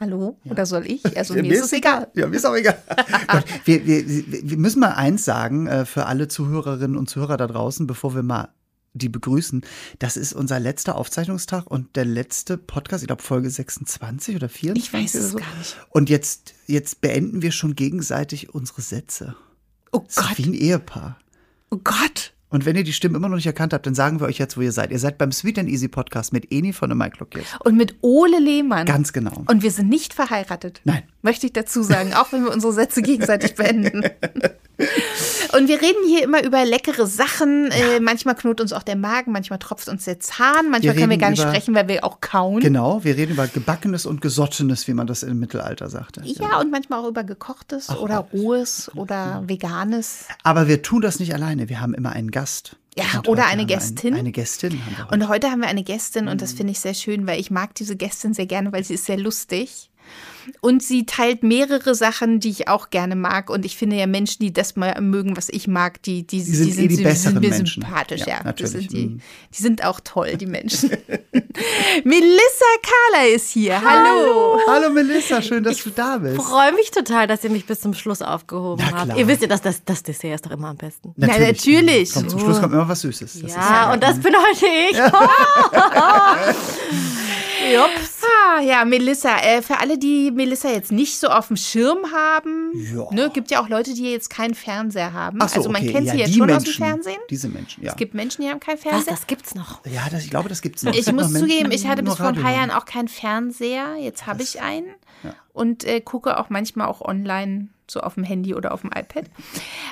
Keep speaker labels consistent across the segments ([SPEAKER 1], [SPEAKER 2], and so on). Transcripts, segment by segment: [SPEAKER 1] Hallo? Oder soll ich? Also
[SPEAKER 2] Ja,
[SPEAKER 1] mir ist es egal.
[SPEAKER 2] Ja, mir ist auch egal.
[SPEAKER 3] Gott, wir, wir, wir müssen mal eins sagen äh, für alle Zuhörerinnen und Zuhörer da draußen, bevor wir mal die begrüßen. Das ist unser letzter Aufzeichnungstag und der letzte Podcast, ich glaube Folge 26 oder 24.
[SPEAKER 1] Ich weiß es
[SPEAKER 3] oder so.
[SPEAKER 1] gar nicht.
[SPEAKER 3] Und jetzt, jetzt beenden wir schon gegenseitig unsere Sätze.
[SPEAKER 1] Oh
[SPEAKER 3] Das ist
[SPEAKER 1] Gott,
[SPEAKER 3] wie ein Ehepaar.
[SPEAKER 1] oh Gott.
[SPEAKER 3] Und wenn ihr die Stimme immer noch nicht erkannt habt, dann sagen wir euch jetzt, wo ihr seid. Ihr seid beim Sweet and Easy Podcast mit Eni von der Mike Lockiert.
[SPEAKER 1] Und mit Ole Lehmann.
[SPEAKER 3] Ganz genau.
[SPEAKER 1] Und wir sind nicht verheiratet.
[SPEAKER 3] Nein.
[SPEAKER 1] Möchte ich dazu sagen, auch wenn wir unsere Sätze gegenseitig beenden. Und wir reden hier immer über leckere Sachen. Äh, manchmal knurrt uns auch der Magen, manchmal tropft uns der Zahn, manchmal können wir
[SPEAKER 3] reden
[SPEAKER 1] gar nicht
[SPEAKER 3] über-
[SPEAKER 1] sprechen, weil wir auch kauen.
[SPEAKER 3] Genau, wir reden über Gebackenes und Gesottenes, wie man das im Mittelalter sagte.
[SPEAKER 1] Ja, und manchmal auch über gekochtes oder rohes oder veganes.
[SPEAKER 3] Aber wir tun das nicht alleine. Wir haben immer einen Gast.
[SPEAKER 1] Ja,
[SPEAKER 3] Und
[SPEAKER 1] oder
[SPEAKER 3] heute
[SPEAKER 1] eine
[SPEAKER 3] haben wir
[SPEAKER 1] Gästin.
[SPEAKER 3] Ein, eine Gästin haben wir heute.
[SPEAKER 1] Und heute haben wir eine Gästin und
[SPEAKER 3] Mhm.
[SPEAKER 1] das finde ich sehr schön, weil ich mag diese Gästin sehr gerne, weil sie ist sehr lustig. Und sie teilt mehrere Sachen, die ich auch gerne mag. Und ich finde ja Menschen, die das mal mögen, was ich mag, die, die,
[SPEAKER 3] Die sind eh die besseren
[SPEAKER 1] mir
[SPEAKER 3] Menschen.
[SPEAKER 1] sympathisch,
[SPEAKER 3] Ja,
[SPEAKER 1] ja. die,
[SPEAKER 3] natürlich,
[SPEAKER 1] sind die,
[SPEAKER 3] mhm.
[SPEAKER 1] die sind auch toll, die Menschen. Melissa Kahler ist hier. Hallo.
[SPEAKER 3] Hallo Melissa, schön, dass du da bist.
[SPEAKER 4] freue mich total, dass ihr mich bis zum Schluss aufgehoben
[SPEAKER 3] Na klar.
[SPEAKER 4] habt. Ihr wisst ja, dass das, das Dessert ist doch immer am besten.
[SPEAKER 1] Na, natürlich.
[SPEAKER 3] Kommt, zum Schluss kommt immer was Süßes. Das ist
[SPEAKER 4] ja, und das bin heute ich. Jups.
[SPEAKER 1] Ah, ja, Melissa. Äh, für alle, die Melissa jetzt nicht so auf dem Schirm haben,
[SPEAKER 3] Ja.
[SPEAKER 1] ne, gibt ja auch Leute, die jetzt keinen Fernseher haben.
[SPEAKER 3] Ach so,
[SPEAKER 1] also man
[SPEAKER 3] okay.
[SPEAKER 1] kennt
[SPEAKER 3] ja,
[SPEAKER 1] sie jetzt
[SPEAKER 3] die
[SPEAKER 1] schon
[SPEAKER 3] Menschen,
[SPEAKER 1] aus dem Fernsehen.
[SPEAKER 3] Diese Menschen, ja.
[SPEAKER 1] Es gibt Menschen, die haben keinen
[SPEAKER 4] Was,
[SPEAKER 1] Fernseher.
[SPEAKER 4] das gibt's noch?
[SPEAKER 3] ja, das, ich glaube, das gibt es noch. Es
[SPEAKER 1] Ich
[SPEAKER 3] gibt noch
[SPEAKER 1] muss
[SPEAKER 3] Menschen,
[SPEAKER 1] zugeben, ich
[SPEAKER 3] die
[SPEAKER 1] hatte
[SPEAKER 3] nur
[SPEAKER 1] bis vor ein
[SPEAKER 3] Radio
[SPEAKER 1] paar
[SPEAKER 3] hören.
[SPEAKER 1] Jahren auch keinen Fernseher. Jetzt habe ich einen und äh, gucke auch manchmal auch online, so auf dem Handy oder auf dem iPad.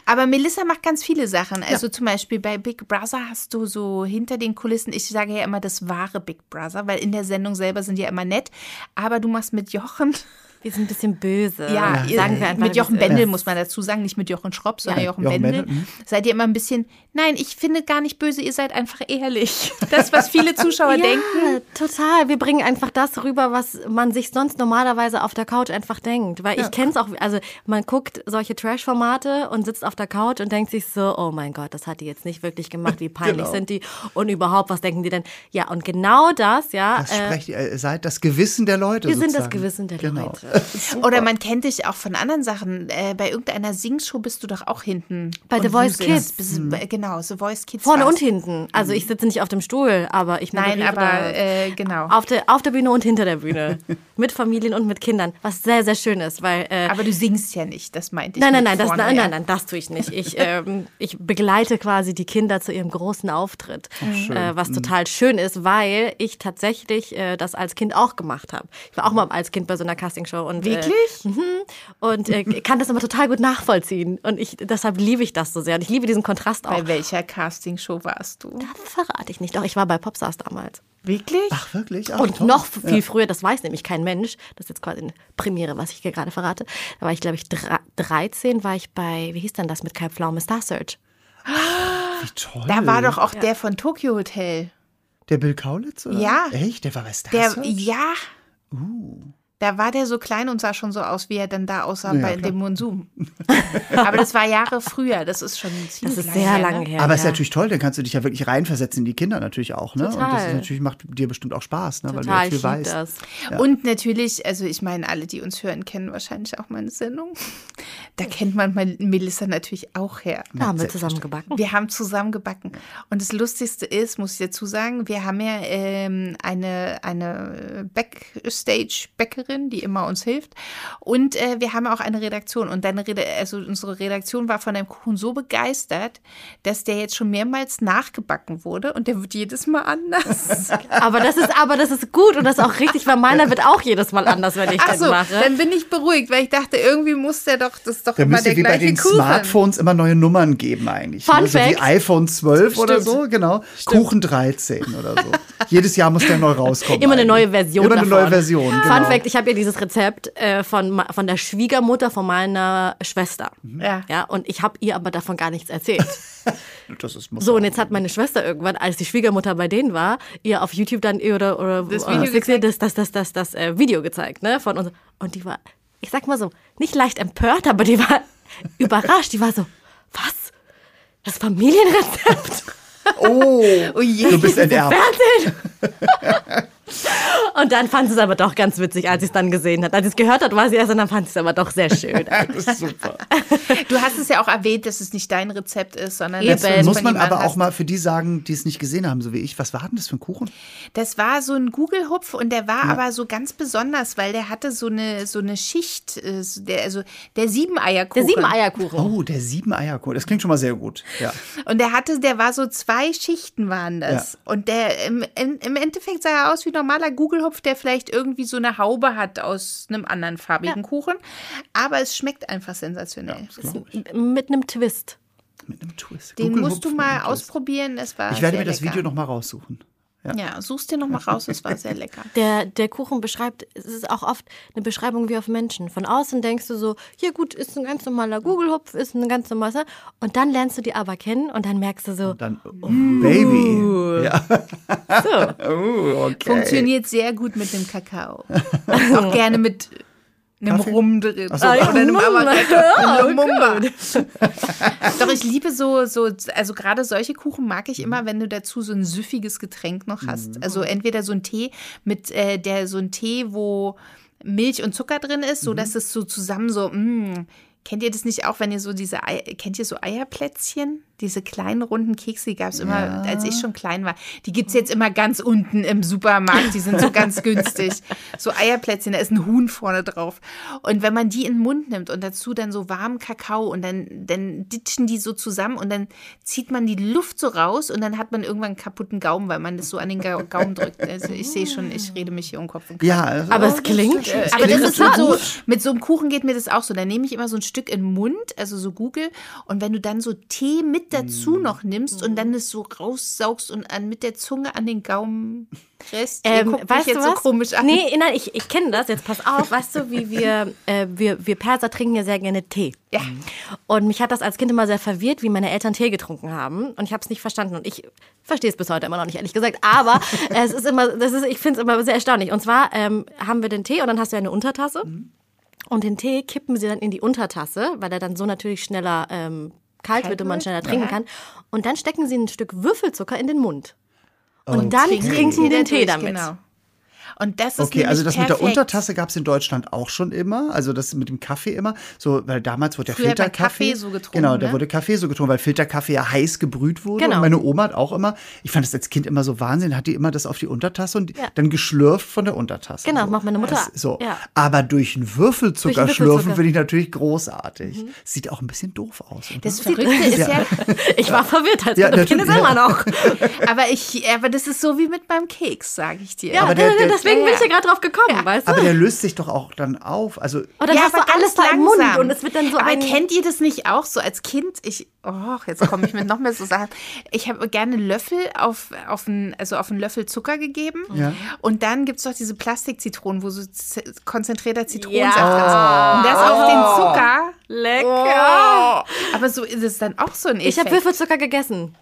[SPEAKER 1] Aber Melissa macht ganz viele Sachen. Also zum Beispiel bei Big Brother hast du so hinter den Kulissen, ich sage ja immer das wahre Big Brother, weil in der Sendung selber sind die ja immer nett. Aber du machst mit Jochen,
[SPEAKER 4] Wir sind ein bisschen böse.
[SPEAKER 1] ja, ihr-
[SPEAKER 4] sagen wir einfach.
[SPEAKER 1] Ähm, äh, mit Jochen
[SPEAKER 4] wie es ist.
[SPEAKER 1] Bendel muss man dazu sagen, nicht mit Jochen Schropp, sondern Jochen,
[SPEAKER 3] Jochen
[SPEAKER 1] Bendel.
[SPEAKER 3] Bendel, mhm.
[SPEAKER 1] Seid ihr immer ein bisschen, nein, ich finde gar nicht böse, ihr seid einfach ehrlich. Das, was viele Zuschauer
[SPEAKER 4] ja,
[SPEAKER 1] denken.
[SPEAKER 4] total. Wir bringen einfach das rüber, was man sich sonst normalerweise auf der Couch einfach denkt. Weil ich kenn's auch, also man guckt solche Trash-Formate und sitzt auf der Couch und denkt sich so, oh mein Gott, das hat die jetzt nicht wirklich gemacht, wie peinlich
[SPEAKER 3] Genau.
[SPEAKER 4] sind die und überhaupt, was denken die denn? Ja, und genau das, ja,
[SPEAKER 3] Das
[SPEAKER 4] äh,
[SPEAKER 3] sprecht, ihr seid das Gewissen der Leute.
[SPEAKER 4] wir sind
[SPEAKER 3] sozusagen.
[SPEAKER 4] das Gewissen der
[SPEAKER 3] genau.
[SPEAKER 4] Leute.
[SPEAKER 1] Oder man kennt dich auch von anderen Sachen. Äh, bei irgendeiner Singshow bist du doch auch hinten.
[SPEAKER 4] Bei The
[SPEAKER 1] Und
[SPEAKER 4] Voice
[SPEAKER 1] wuselst.
[SPEAKER 4] Kids. Mhm.
[SPEAKER 1] Bist, bei- Genau, The Voice Kids.
[SPEAKER 4] Vorne und
[SPEAKER 1] warst.
[SPEAKER 4] hinten. Also ich sitze nicht auf dem Stuhl, aber ich
[SPEAKER 1] Mhm. Nein,
[SPEAKER 4] moderiere da.
[SPEAKER 1] aber äh, genau.
[SPEAKER 4] auf der, auf der Bühne und hinter der Bühne. mit Familien und mit Kindern. Was sehr, sehr schön ist, weil äh,
[SPEAKER 1] Aber du singst ja nicht, das meinte ich.
[SPEAKER 4] Nein, nein,
[SPEAKER 1] mit
[SPEAKER 4] nein, das,
[SPEAKER 1] vorne,
[SPEAKER 4] nein,
[SPEAKER 1] ja.
[SPEAKER 4] nein, nein, das tue ich nicht. Ich, ähm, ich begleite quasi die Kinder zu ihrem großen Auftritt, äh,
[SPEAKER 1] Mhm.
[SPEAKER 4] was total schön ist, weil ich tatsächlich äh, das als Kind auch gemacht habe. Ich war auch mal als Kind bei so einer Castingshow und äh,
[SPEAKER 1] Wirklich?
[SPEAKER 4] mhm. und äh, kann das immer total gut nachvollziehen. Und ich deshalb liebe ich das so sehr und ich liebe diesen Kontrast auch.
[SPEAKER 1] Bei welcher Castingshow warst du?
[SPEAKER 4] Das verrate ich nicht. Doch, ich war bei Popstars damals.
[SPEAKER 1] Wirklich?
[SPEAKER 3] Ach, wirklich? Ach,
[SPEAKER 4] Und
[SPEAKER 3] toll.
[SPEAKER 4] noch viel früher, das weiß nämlich kein Mensch. Das ist jetzt quasi eine Premiere, was ich hier gerade verrate. Da war ich, glaube ich, dra- 13, war ich bei, wie hieß denn das mit Kai Pflaume, Star Search.
[SPEAKER 3] Wie toll.
[SPEAKER 1] Da war doch auch der von Tokyo Hotel.
[SPEAKER 3] Der Bill Kaulitz, oder?
[SPEAKER 1] Ja.
[SPEAKER 3] Echt? Der war bei Star
[SPEAKER 1] Der,
[SPEAKER 3] Search?
[SPEAKER 1] ja.
[SPEAKER 4] Uh.
[SPEAKER 1] Da war der so klein und sah schon so aus, wie er dann da aussah
[SPEAKER 3] Ja,
[SPEAKER 1] bei
[SPEAKER 3] klar.
[SPEAKER 1] dem Monsum. Aber das war Jahre früher. Das ist schon ziemlich
[SPEAKER 4] Das ist
[SPEAKER 1] lange
[SPEAKER 4] sehr
[SPEAKER 1] her,
[SPEAKER 4] lange
[SPEAKER 1] Ne?
[SPEAKER 4] her.
[SPEAKER 3] Hm, Aber
[SPEAKER 4] ja.
[SPEAKER 3] es ist natürlich toll, dann kannst du dich ja wirklich reinversetzen in die Kinder natürlich auch, ne? Und das ist
[SPEAKER 4] Total.
[SPEAKER 3] natürlich macht dir bestimmt auch Spaß, ne?
[SPEAKER 4] total,
[SPEAKER 3] Weil
[SPEAKER 4] ich
[SPEAKER 3] du ja viel
[SPEAKER 4] lieb
[SPEAKER 3] weißt.
[SPEAKER 4] das.
[SPEAKER 1] Und natürlich, also ich meine, alle, die uns hören, kennen wahrscheinlich auch meine Sendung. Da kennt man mal Melissa natürlich auch her.
[SPEAKER 4] Da haben wir zusammen gebacken.
[SPEAKER 1] Wir haben zusammen gebacken. Und das Lustigste ist, muss ich dazu sagen, wir haben ja ähm, eine, eine Backstage-Bäckerin, die immer uns hilft. Und äh, wir haben auch eine Redaktion. Und deine Rede, also unsere Redaktion war von deinem Kuchen so begeistert, dass der jetzt schon mehrmals nachgebacken wurde und der wird jedes Mal anders.
[SPEAKER 4] Aber das ist, aber das ist gut und das ist auch richtig, weil meiner wird auch jedes Mal anders, wenn ich
[SPEAKER 1] Ach
[SPEAKER 4] das
[SPEAKER 1] so,
[SPEAKER 4] mache.
[SPEAKER 1] dann bin ich beruhigt, weil ich dachte, irgendwie muss der doch, das ist doch
[SPEAKER 3] Da
[SPEAKER 1] immer
[SPEAKER 3] müsste
[SPEAKER 1] der
[SPEAKER 3] wie bei
[SPEAKER 1] gleiche
[SPEAKER 3] den
[SPEAKER 1] Kuchen.
[SPEAKER 3] Smartphones immer neue Nummern geben eigentlich.
[SPEAKER 4] Fun
[SPEAKER 3] ne? so wie
[SPEAKER 4] Fact.
[SPEAKER 3] iPhone 12 oder so, genau. Kuchen 13 oder so. Jedes Jahr muss der neu rauskommen.
[SPEAKER 4] Immer eine
[SPEAKER 3] eigentlich.
[SPEAKER 4] neue Version.
[SPEAKER 3] Immer eine
[SPEAKER 4] davon.
[SPEAKER 3] neue Version, genau.
[SPEAKER 4] Fun Fact: Ich habe ja dieses Rezept äh, von, ma- von der Schwiegermutter von meiner Schwester.
[SPEAKER 3] Mhm.
[SPEAKER 1] Ja.
[SPEAKER 4] Ja, und ich habe ihr aber davon gar nichts erzählt.
[SPEAKER 3] Das ist, muss
[SPEAKER 4] So,
[SPEAKER 3] auch-
[SPEAKER 4] und jetzt hat meine Schwester irgendwann, als die Schwiegermutter bei denen war, ihr auf YouTube dann ihr oder, oder
[SPEAKER 1] Das
[SPEAKER 4] äh,
[SPEAKER 1] Video gezeigt?
[SPEAKER 4] das, das, das, das, das äh, Video gezeigt, ne? Von uns. Und die war, ich sag mal so, nicht leicht empört, aber die war überrascht. Die war so, was? Das Familienrezept?
[SPEAKER 3] Oh,
[SPEAKER 1] Oh je.
[SPEAKER 3] du bist enterbt.
[SPEAKER 4] Fernsehen? Und dann fand sie es aber doch ganz witzig, als sie es dann gesehen hat. Als sie es gehört hat, war sie erst und dann fand sie es aber doch sehr schön.
[SPEAKER 3] Das ist super.
[SPEAKER 1] Du hast es ja auch erwähnt, dass es nicht dein Rezept ist, sondern
[SPEAKER 4] Eben.
[SPEAKER 1] dass du es
[SPEAKER 3] Muss
[SPEAKER 1] von
[SPEAKER 3] man
[SPEAKER 1] jemandem
[SPEAKER 3] aber
[SPEAKER 1] hast.
[SPEAKER 3] auch mal für die sagen, die es nicht gesehen haben, so wie ich, was war denn das für ein Kuchen?
[SPEAKER 1] Das war so ein Google-Hupf und der war aber so ganz besonders, weil der hatte so eine, so eine Schicht, äh, so der, also der
[SPEAKER 4] Der
[SPEAKER 1] Siebeneierkuchen.
[SPEAKER 4] Siebeneierkuchen.
[SPEAKER 3] Oh, der sieben Eierkuchen. Das klingt schon mal sehr gut. Ja.
[SPEAKER 1] Und der hatte, der war so zwei Schichten waren das. Und der im, im im Endeffekt sah er aus wie normaler Google-Hupf, der vielleicht irgendwie so eine Haube hat aus einem anderen farbigen Kuchen. Aber es schmeckt einfach sensationell. Oh.
[SPEAKER 4] M- Mit einem Twist.
[SPEAKER 3] Mit einem Twist.
[SPEAKER 1] Den
[SPEAKER 3] Google
[SPEAKER 1] musst
[SPEAKER 3] Hupfen
[SPEAKER 1] du
[SPEAKER 3] mit
[SPEAKER 1] mal
[SPEAKER 3] einem Twist.
[SPEAKER 1] ausprobieren. Es war
[SPEAKER 3] Ich werde
[SPEAKER 1] sehr
[SPEAKER 3] mir das
[SPEAKER 1] lecker.
[SPEAKER 3] Video nochmal raussuchen. Ja.
[SPEAKER 1] Ja, such's dir nochmal raus, es war sehr lecker.
[SPEAKER 4] Der, der Kuchen beschreibt, es ist auch oft eine Beschreibung wie auf Menschen. Von außen denkst du so, hier gut, ist ein ganz normaler Google-Hupf, ist ein ganz normaler. Und dann lernst du die aber kennen und dann merkst du so,
[SPEAKER 3] Dann, oh,
[SPEAKER 1] Uh.
[SPEAKER 3] Baby. Ja.
[SPEAKER 4] so,
[SPEAKER 3] Oh, okay.
[SPEAKER 1] Funktioniert sehr gut mit dem Kakao. Auch gerne mit einem
[SPEAKER 3] Kaffee?
[SPEAKER 1] Rum drin.
[SPEAKER 3] so.
[SPEAKER 1] Oder einem
[SPEAKER 4] Mum.
[SPEAKER 1] Amaretto.
[SPEAKER 4] Ja,
[SPEAKER 1] Einem Lumumba. Doch, ich liebe so, so, also gerade solche Kuchen mag ich
[SPEAKER 3] Mhm.
[SPEAKER 1] immer, wenn du dazu so ein süffiges Getränk noch hast. Also entweder so ein Tee mit, äh, der so ein Tee, wo Milch und Zucker drin ist, so
[SPEAKER 3] Mhm.
[SPEAKER 1] dass es so zusammen so, mm, Kennt ihr das nicht auch, wenn ihr so diese Ei kennt ihr so Eierplätzchen? Diese kleinen runden Kekse, die gab es immer, als ich schon klein war. Die gibt es jetzt immer ganz unten im Supermarkt, die sind so ganz günstig. So Eierplätzchen, da ist ein Huhn vorne drauf. Und wenn man die in den Mund nimmt und dazu dann so warmen Kakao und dann, dann ditschen die so zusammen und dann zieht man die Luft so raus und dann hat man irgendwann einen kaputten Gaumen, weil man das so an den Ga- Gaumen drückt. Also ich sehe schon, ich rede mich hier um Kopf und Kragen.
[SPEAKER 3] Ja, also,
[SPEAKER 4] Aber es klingt.
[SPEAKER 3] das
[SPEAKER 1] Aber das
[SPEAKER 3] klingt
[SPEAKER 1] ist mit
[SPEAKER 3] gut.
[SPEAKER 1] so, mit so einem Kuchen geht mir das auch so. Dann nehme ich immer so ein Stück in den Mund, also so Google. Und wenn du dann so Tee mit
[SPEAKER 3] Mm.
[SPEAKER 1] dazu noch nimmst und dann es so raussaugst und an, mit der Zunge an den Gaumen presst, ihr
[SPEAKER 4] Ähm,
[SPEAKER 1] guckt mich
[SPEAKER 4] weißt
[SPEAKER 1] jetzt
[SPEAKER 4] du
[SPEAKER 1] so
[SPEAKER 4] was?
[SPEAKER 1] komisch an.
[SPEAKER 4] Nee, nein, ich, ich kenne das, jetzt pass auf. Weißt du, wie wir, äh, wir, wir Perser trinken ja sehr gerne Tee.
[SPEAKER 1] Ja.
[SPEAKER 3] Mhm.
[SPEAKER 4] Und mich hat das als Kind immer sehr verwirrt, wie meine Eltern Tee getrunken haben. Und ich habe es nicht verstanden. Und ich verstehe es bis heute immer noch nicht, ehrlich gesagt. Aber es ist immer, das ist, ich finde es immer sehr erstaunlich. Und zwar ähm, haben wir den Tee und dann hast du ja eine Untertasse. Und den Tee kippen sie dann in die Untertasse, weil er dann so natürlich schneller ähm, kalt,
[SPEAKER 1] Kalt
[SPEAKER 4] wird und man
[SPEAKER 1] wird?
[SPEAKER 4] schneller trinken kann. Und dann stecken sie ein Stück Würfelzucker in den Mund. Und
[SPEAKER 3] Okay.
[SPEAKER 4] dann trinken sie den Tee
[SPEAKER 1] durch,
[SPEAKER 4] damit.
[SPEAKER 1] Genau. Und das ist
[SPEAKER 3] Okay, also das mit
[SPEAKER 1] nämlich
[SPEAKER 3] der
[SPEAKER 1] perfekt.
[SPEAKER 3] Untertasse gab es in Deutschland auch schon immer. Also das mit dem Kaffee immer. So, weil damals wurde der
[SPEAKER 1] Früher hat man
[SPEAKER 3] Filterkaffee.
[SPEAKER 1] Kaffee so getrunken,
[SPEAKER 3] Genau, da
[SPEAKER 1] ne?
[SPEAKER 3] wurde Kaffee so getrunken, weil Filterkaffee ja heiß gebrüht wurde.
[SPEAKER 4] Genau.
[SPEAKER 3] Und meine Oma hat auch immer, ich fand das als Kind immer so Wahnsinn, hat die immer das auf die Untertasse und dann geschlürft von der Untertasse.
[SPEAKER 4] Genau,
[SPEAKER 3] so.
[SPEAKER 4] macht meine Mutter.
[SPEAKER 3] Das, so.
[SPEAKER 4] Ja.
[SPEAKER 3] Aber durch einen Würfelzucker,
[SPEAKER 4] Durch einen
[SPEAKER 3] schlürfen
[SPEAKER 4] Würfelzucker.
[SPEAKER 3] finde ich natürlich großartig. Sieht auch ein bisschen doof aus. Oder?
[SPEAKER 1] Das Verrückte ist ja,
[SPEAKER 4] Ich war verwirrt als
[SPEAKER 3] Ja,
[SPEAKER 4] ja, Kind,
[SPEAKER 3] natürlich,
[SPEAKER 4] ist
[SPEAKER 3] ja.
[SPEAKER 4] immer noch.
[SPEAKER 1] aber ich, aber das ist so wie mit meinem Keks, sage ich dir.
[SPEAKER 4] Ja,
[SPEAKER 3] Aber der- der-
[SPEAKER 4] deswegen bin ich ja gerade drauf gekommen, weißt du?
[SPEAKER 3] aber der löst sich doch auch dann auf. Also
[SPEAKER 4] Und Oh, dann hast du
[SPEAKER 1] aber
[SPEAKER 4] alles
[SPEAKER 1] ganz
[SPEAKER 4] da im Mund
[SPEAKER 1] langsam.
[SPEAKER 4] und es wird dann so
[SPEAKER 1] Aber
[SPEAKER 4] ein...
[SPEAKER 1] kennt ihr das nicht auch so als Kind? Ich, oh, jetzt komme ich mit noch mehr so Sachen. Ich habe gerne einen Löffel auf, auf einen, also auf einen Löffel Zucker gegeben.
[SPEAKER 3] Ja.
[SPEAKER 1] Und dann gibt es doch diese Plastikzitronen, wo so z- konzentrierter Zitronensaft
[SPEAKER 4] Ja. Oh.
[SPEAKER 1] drin ist. Und das auf den Zucker.
[SPEAKER 4] Lecker.
[SPEAKER 1] Oh. Aber so ist es dann auch so ein
[SPEAKER 4] Ich habe
[SPEAKER 1] Effekt.
[SPEAKER 4] Würfelzucker gegessen.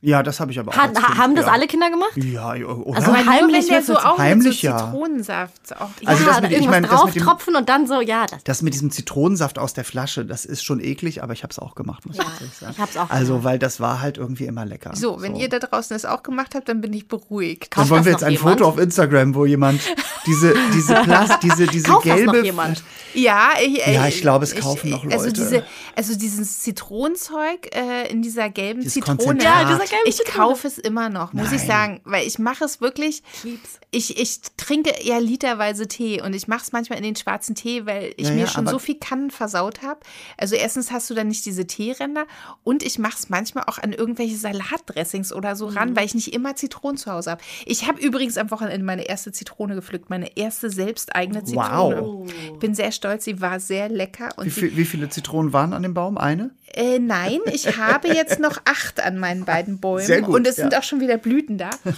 [SPEAKER 3] ja, das habe ich aber auch.
[SPEAKER 4] Hat,
[SPEAKER 3] als Kind,
[SPEAKER 4] haben das
[SPEAKER 3] ja.
[SPEAKER 4] alle Kinder gemacht?
[SPEAKER 3] Ja, ja, oder?
[SPEAKER 4] Also
[SPEAKER 1] Aber nur,
[SPEAKER 4] heimlich
[SPEAKER 1] wenn der so
[SPEAKER 4] Würfelzucker.
[SPEAKER 1] auch
[SPEAKER 3] Heimlich,
[SPEAKER 1] mit
[SPEAKER 3] ja.
[SPEAKER 1] so Zitronensaft. Auch.
[SPEAKER 3] Also
[SPEAKER 4] ja,
[SPEAKER 3] das
[SPEAKER 4] da
[SPEAKER 3] mit dem- ich
[SPEAKER 4] irgendwas
[SPEAKER 3] meine, das
[SPEAKER 4] drauf
[SPEAKER 3] mit dem-
[SPEAKER 4] tropfen und dann so, ja, das
[SPEAKER 3] Das mit diesem Zitronensaft aus der Flasche, das ist schon eklig, aber ich habe es auch gemacht, muss ich ehrlich sagen.
[SPEAKER 4] ich hab's auch
[SPEAKER 3] Also,
[SPEAKER 4] gemacht.
[SPEAKER 3] weil das war halt irgendwie immer lecker.
[SPEAKER 1] so, wenn ihr da draußen das auch gemacht habt, dann bin ich beruhigt.
[SPEAKER 4] Kauft
[SPEAKER 3] Dann wollen wir
[SPEAKER 4] das
[SPEAKER 3] jetzt ein
[SPEAKER 4] noch jemand?
[SPEAKER 3] Foto auf Instagram, wo jemand diese, diese Plast, diese, diese
[SPEAKER 4] Kauft das
[SPEAKER 3] gelbe.
[SPEAKER 4] noch jemand?
[SPEAKER 1] Ja, ich, äh,
[SPEAKER 3] Ja, ich glaube, es kaufen noch
[SPEAKER 1] Also,
[SPEAKER 3] Leute.
[SPEAKER 1] diese, also dieses Zitronenzeug äh, in dieser gelben
[SPEAKER 3] Dieses
[SPEAKER 1] Zitrone.
[SPEAKER 3] Konzentrat. Ja,
[SPEAKER 4] dieser gelben
[SPEAKER 1] ich
[SPEAKER 4] Zitrone.
[SPEAKER 1] kaufe es immer noch, muss ich sagen, weil ich mache es wirklich.
[SPEAKER 4] lieb's.
[SPEAKER 1] Ich, ich trinke eher literweise Tee und ich mache es manchmal in den schwarzen Tee, weil ich
[SPEAKER 3] Ja,
[SPEAKER 1] mir
[SPEAKER 3] ja,
[SPEAKER 1] schon
[SPEAKER 3] aber-
[SPEAKER 1] so viel Kannen versaut habe. Also erstens hast du dann nicht diese Teeränder und ich mache es manchmal auch an irgendwelche Salatdressings oder so
[SPEAKER 3] Mhm.
[SPEAKER 1] ran, weil ich nicht immer Zitronen zu Hause habe. Ich habe übrigens am Wochenende meine erste Zitrone gepflückt, meine erste selbsteigene Zitrone.
[SPEAKER 3] Wow.
[SPEAKER 1] Ich bin sehr stolz, sie war sehr lecker. Und
[SPEAKER 3] Wie, viel, wie viele Zitronen waren an dem Baum? Eine?
[SPEAKER 1] sie, äh, nein, ich habe jetzt noch acht an meinen beiden Bäumen.
[SPEAKER 3] Sehr gut,
[SPEAKER 1] und es
[SPEAKER 3] ja.
[SPEAKER 1] sind auch schon wieder Blüten da.
[SPEAKER 3] Hm.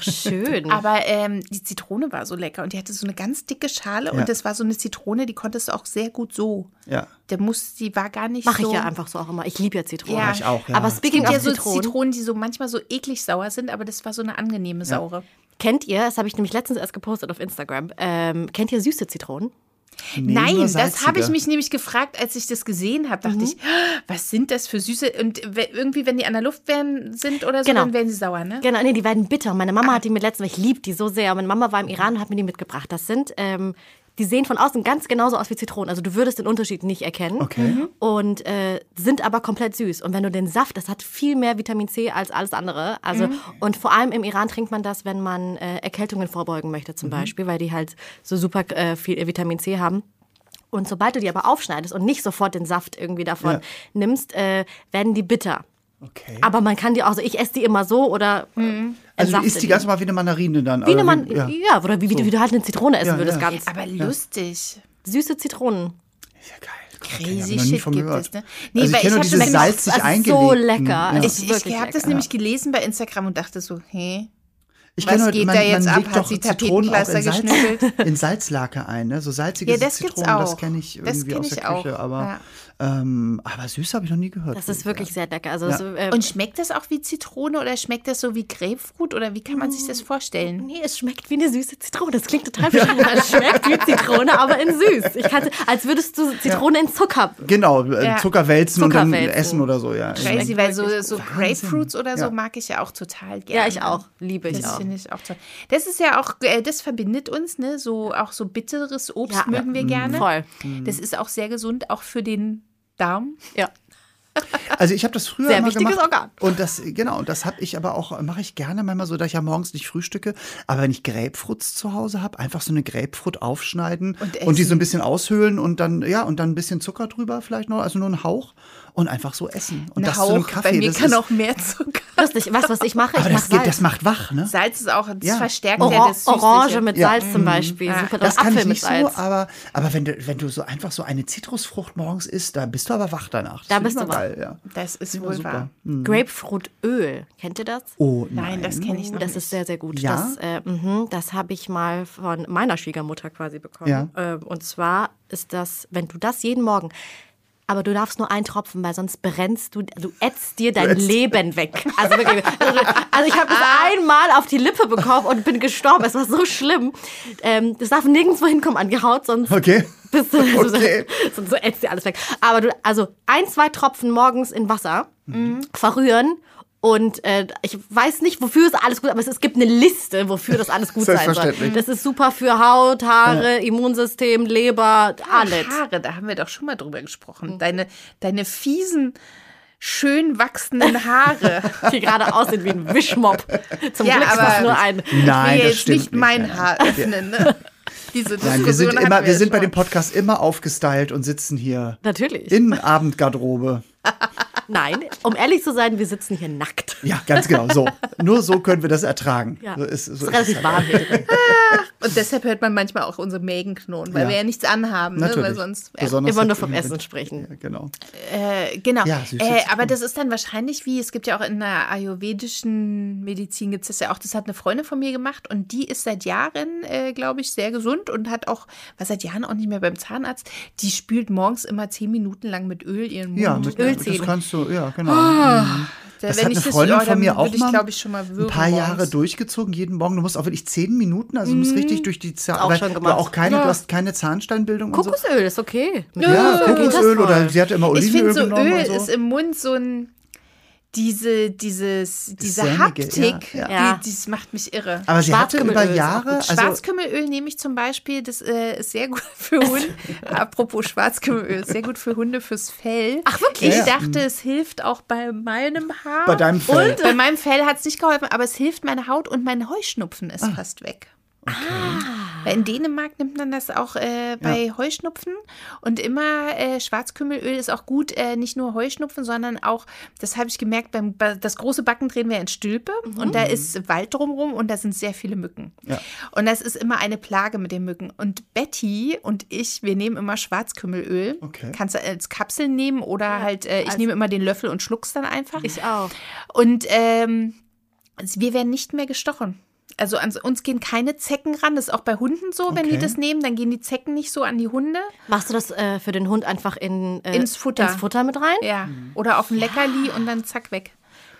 [SPEAKER 4] Schön.
[SPEAKER 1] Aber ähm, die Zitrone war so lecker und die hatte so eine ganz dicke Schale
[SPEAKER 3] Ja.
[SPEAKER 1] und das war so eine Zitrone, die konntest du auch sehr gut so.
[SPEAKER 3] Ja.
[SPEAKER 1] Der muss, die war gar nicht
[SPEAKER 4] Mache
[SPEAKER 1] so.
[SPEAKER 4] ich ja einfach so auch immer. Ich liebe ja Zitronen.
[SPEAKER 1] Ja.
[SPEAKER 3] Ich auch, ja.
[SPEAKER 4] Aber speaking
[SPEAKER 1] Ja,
[SPEAKER 4] of
[SPEAKER 1] so
[SPEAKER 4] Zitronen,
[SPEAKER 1] Zitronen. die so manchmal so eklig sauer sind, aber das war so eine angenehme saure.
[SPEAKER 4] kennt ihr, das habe ich nämlich letztens erst gepostet auf Instagram, ähm, kennt ihr süße Zitronen?
[SPEAKER 3] Nee,
[SPEAKER 1] Nein,
[SPEAKER 3] nur
[SPEAKER 1] das habe ich
[SPEAKER 3] salzige. Mhm.
[SPEAKER 1] mich nämlich gefragt, als ich das gesehen habe. Dachte ich, "Ah, was sind das für süße? Und we- irgendwie, wenn die an der Luft werden, sind oder so,
[SPEAKER 4] Genau.
[SPEAKER 1] dann werden sie sauer, ne?
[SPEAKER 4] Genau, nee, die werden bitter. Meine
[SPEAKER 3] Ah.
[SPEAKER 4] Mama hat die mit letztens, ich liebe die so sehr. Meine Mama war im Iran und hat mir die mitgebracht. Das sind, ähm, die sehen von außen ganz genauso aus wie Zitronen. Also du würdest den Unterschied nicht erkennen.
[SPEAKER 3] Okay. Mhm.
[SPEAKER 4] Und äh, sind aber komplett süß. Und wenn du den Saft, das hat viel mehr Vitamin C als alles andere. Also
[SPEAKER 3] Mhm.
[SPEAKER 4] und vor allem im Iran trinkt man das, wenn man äh, Erkältungen vorbeugen möchte
[SPEAKER 3] Mhm.
[SPEAKER 4] zum Beispiel, weil die halt so super äh, viel Vitamin C haben. Und sobald du die aber aufschneidest und nicht sofort den Saft irgendwie davon
[SPEAKER 3] Ja.
[SPEAKER 4] nimmst, äh, werden die bitter.
[SPEAKER 3] Okay.
[SPEAKER 4] Aber man kann die auch so, ich esse die immer so oder. äh,
[SPEAKER 3] also du
[SPEAKER 4] entsafte
[SPEAKER 3] isst die ganz normal wie eine Mandarine dann.
[SPEAKER 4] Wie
[SPEAKER 3] oder
[SPEAKER 4] eine Man
[SPEAKER 3] ja.
[SPEAKER 4] ja. oder wie, wie, du- wie du halt eine Zitrone essen
[SPEAKER 3] Ja,
[SPEAKER 4] würdest,
[SPEAKER 3] Genau. ja.
[SPEAKER 4] ganz.
[SPEAKER 1] Aber lustig.
[SPEAKER 4] Süße Zitronen.
[SPEAKER 3] Ist ja geil. Guck mal, kenn ich, hab ich
[SPEAKER 1] Crazy
[SPEAKER 3] noch nie
[SPEAKER 1] Shit
[SPEAKER 3] von
[SPEAKER 1] gibt
[SPEAKER 3] gehört.
[SPEAKER 1] es, ne? Nee,
[SPEAKER 3] Nee, also ich
[SPEAKER 1] weil
[SPEAKER 3] kenne nur
[SPEAKER 1] ich
[SPEAKER 3] diese
[SPEAKER 1] habe das,
[SPEAKER 4] Geschmack-
[SPEAKER 3] salzig
[SPEAKER 4] also so
[SPEAKER 3] eingelegten.
[SPEAKER 4] lecker.
[SPEAKER 3] Ja.
[SPEAKER 4] Es-
[SPEAKER 1] ich, ich,
[SPEAKER 4] wirklich
[SPEAKER 1] habe das
[SPEAKER 4] lecker.
[SPEAKER 1] nämlich gelesen bei Instagram und dachte so, hey,
[SPEAKER 3] Ich
[SPEAKER 1] Was
[SPEAKER 3] kenne heute,
[SPEAKER 1] geht
[SPEAKER 3] man,
[SPEAKER 1] da jetzt
[SPEAKER 3] man
[SPEAKER 1] ab?
[SPEAKER 3] legt
[SPEAKER 1] Hat
[SPEAKER 3] doch
[SPEAKER 1] sie
[SPEAKER 3] Zitronen auch in,
[SPEAKER 1] Tapetenpflaster
[SPEAKER 3] Salz, in Salzlake ein, ne? So salzige
[SPEAKER 1] Ja, das gibt's
[SPEAKER 3] Zitronen,
[SPEAKER 1] auch.
[SPEAKER 3] das kenne ich
[SPEAKER 1] Das
[SPEAKER 3] irgendwie
[SPEAKER 1] kenn
[SPEAKER 3] aus
[SPEAKER 1] ich
[SPEAKER 3] der Küche,
[SPEAKER 1] auch,
[SPEAKER 3] aber ähm, aber süß habe ich noch nie gehört.
[SPEAKER 4] Das ist wirklich sehr lecker. Also, so, äh,
[SPEAKER 1] und schmeckt das auch wie Zitrone oder schmeckt das so wie Grapefruit oder wie kann man sich das vorstellen?
[SPEAKER 4] nee, es schmeckt wie eine süße Zitrone. Das klingt total verschieden. Es schmeckt wie Zitrone, aber in süß. Ich kann's, als würdest du Zitrone in Zucker.
[SPEAKER 3] Genau, äh,
[SPEAKER 1] Ja.
[SPEAKER 3] Zucker wälzen und dann
[SPEAKER 4] Zuckerwälzen.
[SPEAKER 3] essen oder so, ja.
[SPEAKER 1] Crazy, weil so, so Grapefruits oder so
[SPEAKER 3] Ja.
[SPEAKER 1] mag ich ja auch total gerne.
[SPEAKER 4] Ja, ich auch. Liebe ich
[SPEAKER 1] Das
[SPEAKER 4] auch.
[SPEAKER 1] finde ich auch toll. Das ist ja auch, äh, das verbindet uns, ne? So auch so bitteres Obst
[SPEAKER 4] Ja.
[SPEAKER 1] mögen wir gerne.
[SPEAKER 4] Voll.
[SPEAKER 1] Das ist auch sehr gesund, auch für den Darm.
[SPEAKER 4] Ja.
[SPEAKER 3] Also ich habe das früher
[SPEAKER 4] Sehr
[SPEAKER 3] immer
[SPEAKER 4] wichtiges
[SPEAKER 3] gemacht
[SPEAKER 4] Organ.
[SPEAKER 3] und das genau und das habe ich aber auch mache ich gerne manchmal so, dass ich ja morgens nicht frühstücke, aber wenn ich Grapefruits zu Hause habe, einfach so eine Grapefruit aufschneiden und,
[SPEAKER 1] Und
[SPEAKER 3] die
[SPEAKER 1] essen.
[SPEAKER 3] so ein bisschen aushöhlen und dann ja und dann ein bisschen Zucker drüber vielleicht noch, also nur einen Hauch und einfach so essen und
[SPEAKER 1] Ein
[SPEAKER 3] das zu einem Kaffee.
[SPEAKER 1] Bei mir
[SPEAKER 3] das
[SPEAKER 1] kann
[SPEAKER 3] ist,
[SPEAKER 1] auch mehr Zucker.
[SPEAKER 4] Lustig, weißt du, was ich mache? Ich
[SPEAKER 3] aber
[SPEAKER 4] mache
[SPEAKER 3] das, geht,
[SPEAKER 4] Salz.
[SPEAKER 3] das macht wach, ne?
[SPEAKER 1] Salz ist auch, das
[SPEAKER 3] Ja.
[SPEAKER 1] verstärkt ja
[SPEAKER 4] Ora
[SPEAKER 1] das Süßliche.
[SPEAKER 4] Orange mit
[SPEAKER 3] Ja.
[SPEAKER 4] Salz zum Beispiel.
[SPEAKER 1] Ja.
[SPEAKER 4] Super,
[SPEAKER 3] Das
[SPEAKER 4] oder
[SPEAKER 3] kann
[SPEAKER 4] Apfel
[SPEAKER 3] ich nicht
[SPEAKER 4] mit Salz.
[SPEAKER 3] so, aber, aber wenn, du, wenn du so einfach so eine Zitrusfrucht morgens isst, da bist du aber wach danach. Das
[SPEAKER 4] Da
[SPEAKER 3] find ich
[SPEAKER 4] bist du
[SPEAKER 3] mal
[SPEAKER 4] wach.
[SPEAKER 3] Geil, ja.
[SPEAKER 1] Das ist
[SPEAKER 3] Immer
[SPEAKER 1] wohl
[SPEAKER 3] super.
[SPEAKER 1] wahr.
[SPEAKER 4] Grapefruitöl. Kennt ihr das?
[SPEAKER 3] Oh nein.
[SPEAKER 1] Nein, das kenne ich
[SPEAKER 4] Oh,
[SPEAKER 1] noch
[SPEAKER 4] das
[SPEAKER 1] nicht.
[SPEAKER 4] ist sehr, sehr gut.
[SPEAKER 3] Ja?
[SPEAKER 4] Das, äh, mhm, das habe ich mal von meiner Schwiegermutter quasi bekommen.
[SPEAKER 3] Ja.
[SPEAKER 4] Ähm, und zwar ist das, wenn du das jeden Morgen, aber du darfst nur einen Tropfen, weil sonst brennst du, du ätzt dir dein
[SPEAKER 3] ätzt.
[SPEAKER 4] Leben weg. Also wirklich. Also ich habe das einmal auf die Lippe bekommen und bin gestorben. Es war so schlimm. Ähm, das darf nirgendwo hinkommen an die Haut, sonst
[SPEAKER 3] Okay.
[SPEAKER 4] bist du,
[SPEAKER 3] Okay.
[SPEAKER 4] so, so ätzt dir alles weg. Aber du, also ein, zwei Tropfen morgens in Wasser verrühren. Und äh, ich weiß nicht, wofür es alles gut ist, aber es, es gibt eine Liste, wofür das alles gut sein soll.
[SPEAKER 3] Selbstverständlich.
[SPEAKER 4] Das ist super für Haut, Haare, Immunsystem, Leber, alles.
[SPEAKER 1] Haare, da haben wir doch schon mal drüber gesprochen. Deine, deine fiesen, schön wachsenden Haare.
[SPEAKER 4] Die gerade aussehen wie ein Wischmopp. Zum
[SPEAKER 1] Ja,
[SPEAKER 4] Glück
[SPEAKER 1] aber-
[SPEAKER 4] war es nur ein.
[SPEAKER 3] Nein,
[SPEAKER 1] ich will
[SPEAKER 3] das
[SPEAKER 1] jetzt
[SPEAKER 3] stimmt
[SPEAKER 1] nicht mein
[SPEAKER 3] nein.
[SPEAKER 1] Haar öffnen. Ne? Diese
[SPEAKER 3] Nein, wir
[SPEAKER 1] Diskussion
[SPEAKER 3] sind,
[SPEAKER 1] hatten
[SPEAKER 3] immer, wir
[SPEAKER 1] ja
[SPEAKER 3] sind bei
[SPEAKER 1] schon.
[SPEAKER 3] dem Podcast immer aufgestylt und sitzen hier
[SPEAKER 4] Natürlich.
[SPEAKER 3] in Abendgarderobe.
[SPEAKER 4] Nein, um ehrlich zu sein, wir sitzen hier nackt.
[SPEAKER 3] Ja, ganz genau. So. Nur so können wir das ertragen.
[SPEAKER 4] Ja.
[SPEAKER 3] So ist, so
[SPEAKER 4] ist
[SPEAKER 3] ist
[SPEAKER 4] relativ
[SPEAKER 3] es. halt.
[SPEAKER 4] warm hier.
[SPEAKER 1] Und deshalb hört man manchmal auch unsere Mägenknoten, weil
[SPEAKER 3] Ja.
[SPEAKER 1] wir ja nichts anhaben. Ne?
[SPEAKER 3] Natürlich.
[SPEAKER 1] Weil sonst, äh,
[SPEAKER 3] Besonders
[SPEAKER 4] Immer nur
[SPEAKER 3] jetzt
[SPEAKER 4] vom
[SPEAKER 3] im
[SPEAKER 4] Essen
[SPEAKER 3] Winter.
[SPEAKER 4] sprechen.
[SPEAKER 3] Ja, genau.
[SPEAKER 1] Genau.
[SPEAKER 3] Ja, Hm. süße
[SPEAKER 1] äh,
[SPEAKER 3] Zitrone.
[SPEAKER 1] aber das ist dann wahrscheinlich wie, es gibt ja auch in der ayurvedischen Medizin, gibt es das ja auch, das hat eine Freundin von mir gemacht und die ist seit Jahren, äh, glaube ich, sehr gesund und hat auch, war seit Jahren auch nicht mehr beim Zahnarzt, die spült morgens immer zehn Minuten lang mit Öl ihren Mund.
[SPEAKER 3] Ja,
[SPEAKER 1] mit
[SPEAKER 3] mit, äh,
[SPEAKER 1] Ölzähne.
[SPEAKER 3] das kannst du, ja, genau.
[SPEAKER 4] Ah.
[SPEAKER 3] Mhm.
[SPEAKER 1] Da-
[SPEAKER 3] Das
[SPEAKER 1] wenn
[SPEAKER 3] hat
[SPEAKER 1] ich
[SPEAKER 3] eine
[SPEAKER 1] das-
[SPEAKER 3] Freundin
[SPEAKER 1] ja,
[SPEAKER 3] von
[SPEAKER 1] dann
[SPEAKER 3] mir auch
[SPEAKER 1] würde ich,
[SPEAKER 3] mal
[SPEAKER 1] glaub ich, schon mal
[SPEAKER 3] ein paar
[SPEAKER 1] würgen
[SPEAKER 3] Jahre
[SPEAKER 1] morgens.
[SPEAKER 3] durchgezogen, jeden Morgen. Du musst auch wirklich zehn Minuten, also du musst richtig durch die Zahn,
[SPEAKER 4] auch
[SPEAKER 3] weil
[SPEAKER 4] schon
[SPEAKER 3] du
[SPEAKER 4] gemacht.
[SPEAKER 3] auch keine,
[SPEAKER 4] Ja.
[SPEAKER 3] du hast keine Zahnsteinbildung und so.
[SPEAKER 4] Kokosöl ist okay.
[SPEAKER 3] Ja,
[SPEAKER 4] Kokosöl geht das
[SPEAKER 3] Kokosöl
[SPEAKER 4] voll.
[SPEAKER 3] oder sie hatte immer
[SPEAKER 1] Ich finde,
[SPEAKER 3] Olivenöl
[SPEAKER 1] so
[SPEAKER 3] genommen
[SPEAKER 1] Öl
[SPEAKER 3] und so.
[SPEAKER 1] ist im Mund so ein, diese, dieses, diese
[SPEAKER 3] sämige,
[SPEAKER 1] Haptik,
[SPEAKER 3] ja,
[SPEAKER 4] ja.
[SPEAKER 1] Die, das macht mich irre.
[SPEAKER 3] aber sie hatte über
[SPEAKER 4] Schwarzkümmelöl ist auch
[SPEAKER 3] Jahre,
[SPEAKER 4] gut.
[SPEAKER 3] also
[SPEAKER 1] Schwarzkümmelöl nehme ich zum Beispiel, das äh, ist sehr gut für Hunde. Apropos Schwarzkümmelöl, ist sehr gut für Hunde, fürs Fell. Ach
[SPEAKER 4] wirklich?
[SPEAKER 1] Ich
[SPEAKER 3] Ja, ja.
[SPEAKER 1] dachte, es hilft auch bei meinem Haar.
[SPEAKER 3] Bei deinem Fell.
[SPEAKER 1] Und bei meinem Fell hat es nicht geholfen, aber es hilft meine Haut und mein Heuschnupfen ist
[SPEAKER 3] Ah.
[SPEAKER 1] fast weg. Weil in Dänemark nimmt man das auch äh, bei Heuschnupfen und immer äh, Schwarzkümmelöl ist auch gut, äh, nicht nur Heuschnupfen, sondern auch, das habe ich gemerkt, beim bei, das große Backen drehen wir in Stülpe und da ist Wald drumherum und da sind sehr viele Mücken.
[SPEAKER 3] Mhm. Ja.
[SPEAKER 1] Und das ist immer eine Plage mit den Mücken. Und Betty und ich, wir nehmen immer Schwarzkümmelöl.
[SPEAKER 3] Okay.
[SPEAKER 1] Kannst du als Kapsel nehmen oder halt, äh, ich nehme immer den Löffel und schluck's dann einfach.
[SPEAKER 4] Ich auch.
[SPEAKER 1] Und ähm, also wir werden nicht mehr gestochen. Also an uns gehen keine Zecken ran. Das ist auch bei Hunden so, wenn die
[SPEAKER 3] Okay.
[SPEAKER 1] das nehmen, dann gehen die Zecken nicht so an die Hunde.
[SPEAKER 4] Machst du das äh, für den Hund einfach in, äh,
[SPEAKER 1] Ins Futter.
[SPEAKER 4] ins Futter mit rein?
[SPEAKER 1] Mhm. Ja. Oder auf ein Leckerli und dann zack weg.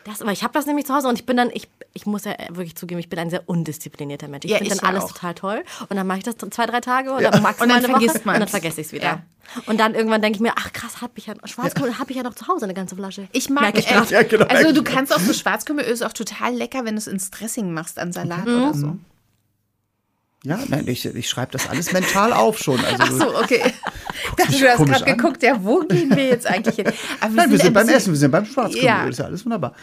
[SPEAKER 4] Das, aber ich habe das nämlich zu Hause und ich bin dann, ich, ich muss ja äh, wirklich zugeben, ich bin ein sehr undisziplinierter Mensch. Ich
[SPEAKER 1] Ja,
[SPEAKER 4] finde
[SPEAKER 1] ich
[SPEAKER 4] dann alles
[SPEAKER 1] auch.
[SPEAKER 4] total toll und dann mache ich das zwei, drei Tage oder
[SPEAKER 3] Ja.
[SPEAKER 4] maximal
[SPEAKER 1] Und dann
[SPEAKER 4] eine Woche
[SPEAKER 1] vergisst man's.
[SPEAKER 4] und dann vergesse ich es wieder.
[SPEAKER 1] Ja.
[SPEAKER 4] Und dann irgendwann denke ich mir, ach krass, hab ich ja, Schwarzkohl habe ich ja noch zu Hause eine ganze Flasche.
[SPEAKER 1] Ich mag
[SPEAKER 4] Merke
[SPEAKER 1] es.
[SPEAKER 4] ich gerade.
[SPEAKER 3] Ja, genau.
[SPEAKER 1] also du kannst auch so Schwarzkümmelöl ist auch total lecker, wenn du es ins Dressing machst an Salat
[SPEAKER 4] Mhm.
[SPEAKER 1] oder so.
[SPEAKER 3] Ja, nein, ich, ich schreibe das alles mental auf schon. Also,
[SPEAKER 1] Ach so, okay.
[SPEAKER 3] dich
[SPEAKER 1] du hast
[SPEAKER 3] komisch
[SPEAKER 1] gerade
[SPEAKER 3] an.
[SPEAKER 1] geguckt, ja, wo gehen wir jetzt eigentlich hin? Aber
[SPEAKER 3] Nein, wir sind
[SPEAKER 1] ein
[SPEAKER 3] beim
[SPEAKER 1] bisschen-
[SPEAKER 3] Essen, wir sind beim Schwarzkümmel.
[SPEAKER 1] Ja.
[SPEAKER 3] Ist ja alles wunderbar.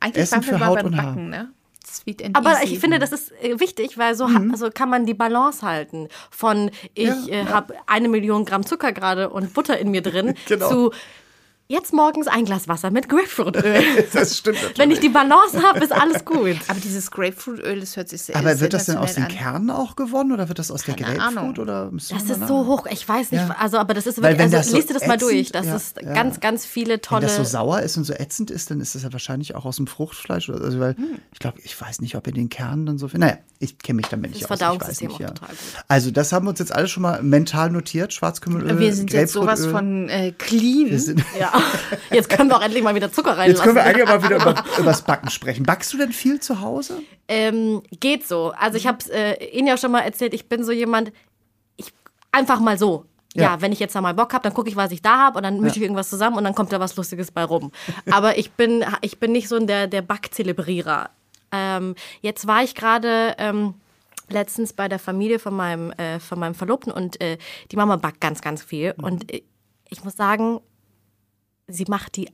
[SPEAKER 1] Eigentlich
[SPEAKER 3] Essen
[SPEAKER 1] waren wir
[SPEAKER 3] für
[SPEAKER 1] mal
[SPEAKER 3] Haut
[SPEAKER 1] beim
[SPEAKER 3] und Haar.
[SPEAKER 1] Backen, ne? Sweet and
[SPEAKER 4] Aber
[SPEAKER 1] easy. Mhm.
[SPEAKER 4] ich finde, das ist äh, wichtig, weil so, ha- so kann man die Balance halten. Von ich
[SPEAKER 3] Ja,
[SPEAKER 4] äh, habe eine Million Gramm Zucker gerade und Butter in mir drin
[SPEAKER 3] Genau.
[SPEAKER 4] zu jetzt morgens ein Glas Wasser mit Grapefruitöl.
[SPEAKER 3] Das stimmt natürlich.
[SPEAKER 4] Wenn ich die Balance habe, ist alles gut.
[SPEAKER 1] Aber dieses Grapefruitöl, das hört sich sehr
[SPEAKER 3] Aber
[SPEAKER 1] sehr
[SPEAKER 3] wird das denn aus den
[SPEAKER 1] international an.
[SPEAKER 3] Kernen auch gewonnen oder wird das aus der
[SPEAKER 1] Keine
[SPEAKER 3] Grapefruit?
[SPEAKER 1] Ahnung.
[SPEAKER 3] Oder müssen wir
[SPEAKER 4] Das
[SPEAKER 3] mal
[SPEAKER 4] ist
[SPEAKER 3] nach-
[SPEAKER 4] so hoch, ich weiß nicht,
[SPEAKER 3] Ja.
[SPEAKER 4] also aber das ist
[SPEAKER 3] Weil
[SPEAKER 4] wirklich,
[SPEAKER 3] wenn
[SPEAKER 4] also
[SPEAKER 3] das so
[SPEAKER 4] liest dir das mal
[SPEAKER 3] ätzend-
[SPEAKER 4] durch, das
[SPEAKER 3] ja,
[SPEAKER 4] ist
[SPEAKER 3] ja.
[SPEAKER 4] ganz, ganz viele
[SPEAKER 3] Wenn
[SPEAKER 4] tolle,
[SPEAKER 3] das so sauer ist und so ätzend ist, dann ist das ja wahrscheinlich auch aus dem Fruchtfleisch. Oder, also weil
[SPEAKER 4] Hm.
[SPEAKER 3] ich glaube, ich weiß nicht, ob in den Kernen dann so viel. Naja, ich kenne mich damit nicht aus.
[SPEAKER 4] Verdauungssystem
[SPEAKER 3] ich weiß nicht,
[SPEAKER 4] auch total gut.
[SPEAKER 3] Also das haben wir uns jetzt alle schon mal mental notiert. Schwarzkümmelöl,
[SPEAKER 1] Wir sind jetzt sowas
[SPEAKER 3] Grapefruitöl.
[SPEAKER 1] von äh, clean.
[SPEAKER 3] Wir sind,
[SPEAKER 4] ja, jetzt können wir auch endlich mal wieder Zucker reinlassen.
[SPEAKER 3] jetzt können wir eigentlich mal wieder über, übers Backen sprechen. Backst du denn viel zu Hause?
[SPEAKER 4] Ähm, geht so. Also
[SPEAKER 3] Mhm.
[SPEAKER 4] ich habe es äh, Ihnen ja schon mal erzählt, ich bin so jemand, ich einfach mal so. Ja,
[SPEAKER 3] Ja.
[SPEAKER 4] wenn ich jetzt da mal Bock habe, dann gucke ich, was ich da habe und dann mische ich irgendwas zusammen und dann kommt da was Lustiges bei rum. Aber ich bin, ich bin nicht so ein der, der Backzelebrierer. Ähm, jetzt war ich gerade ähm, letztens bei der Familie von meinem, äh, von meinem Verlobten und äh, die Mama backt ganz, ganz viel.
[SPEAKER 3] Mhm.
[SPEAKER 4] Und äh, ich muss sagen, sie macht die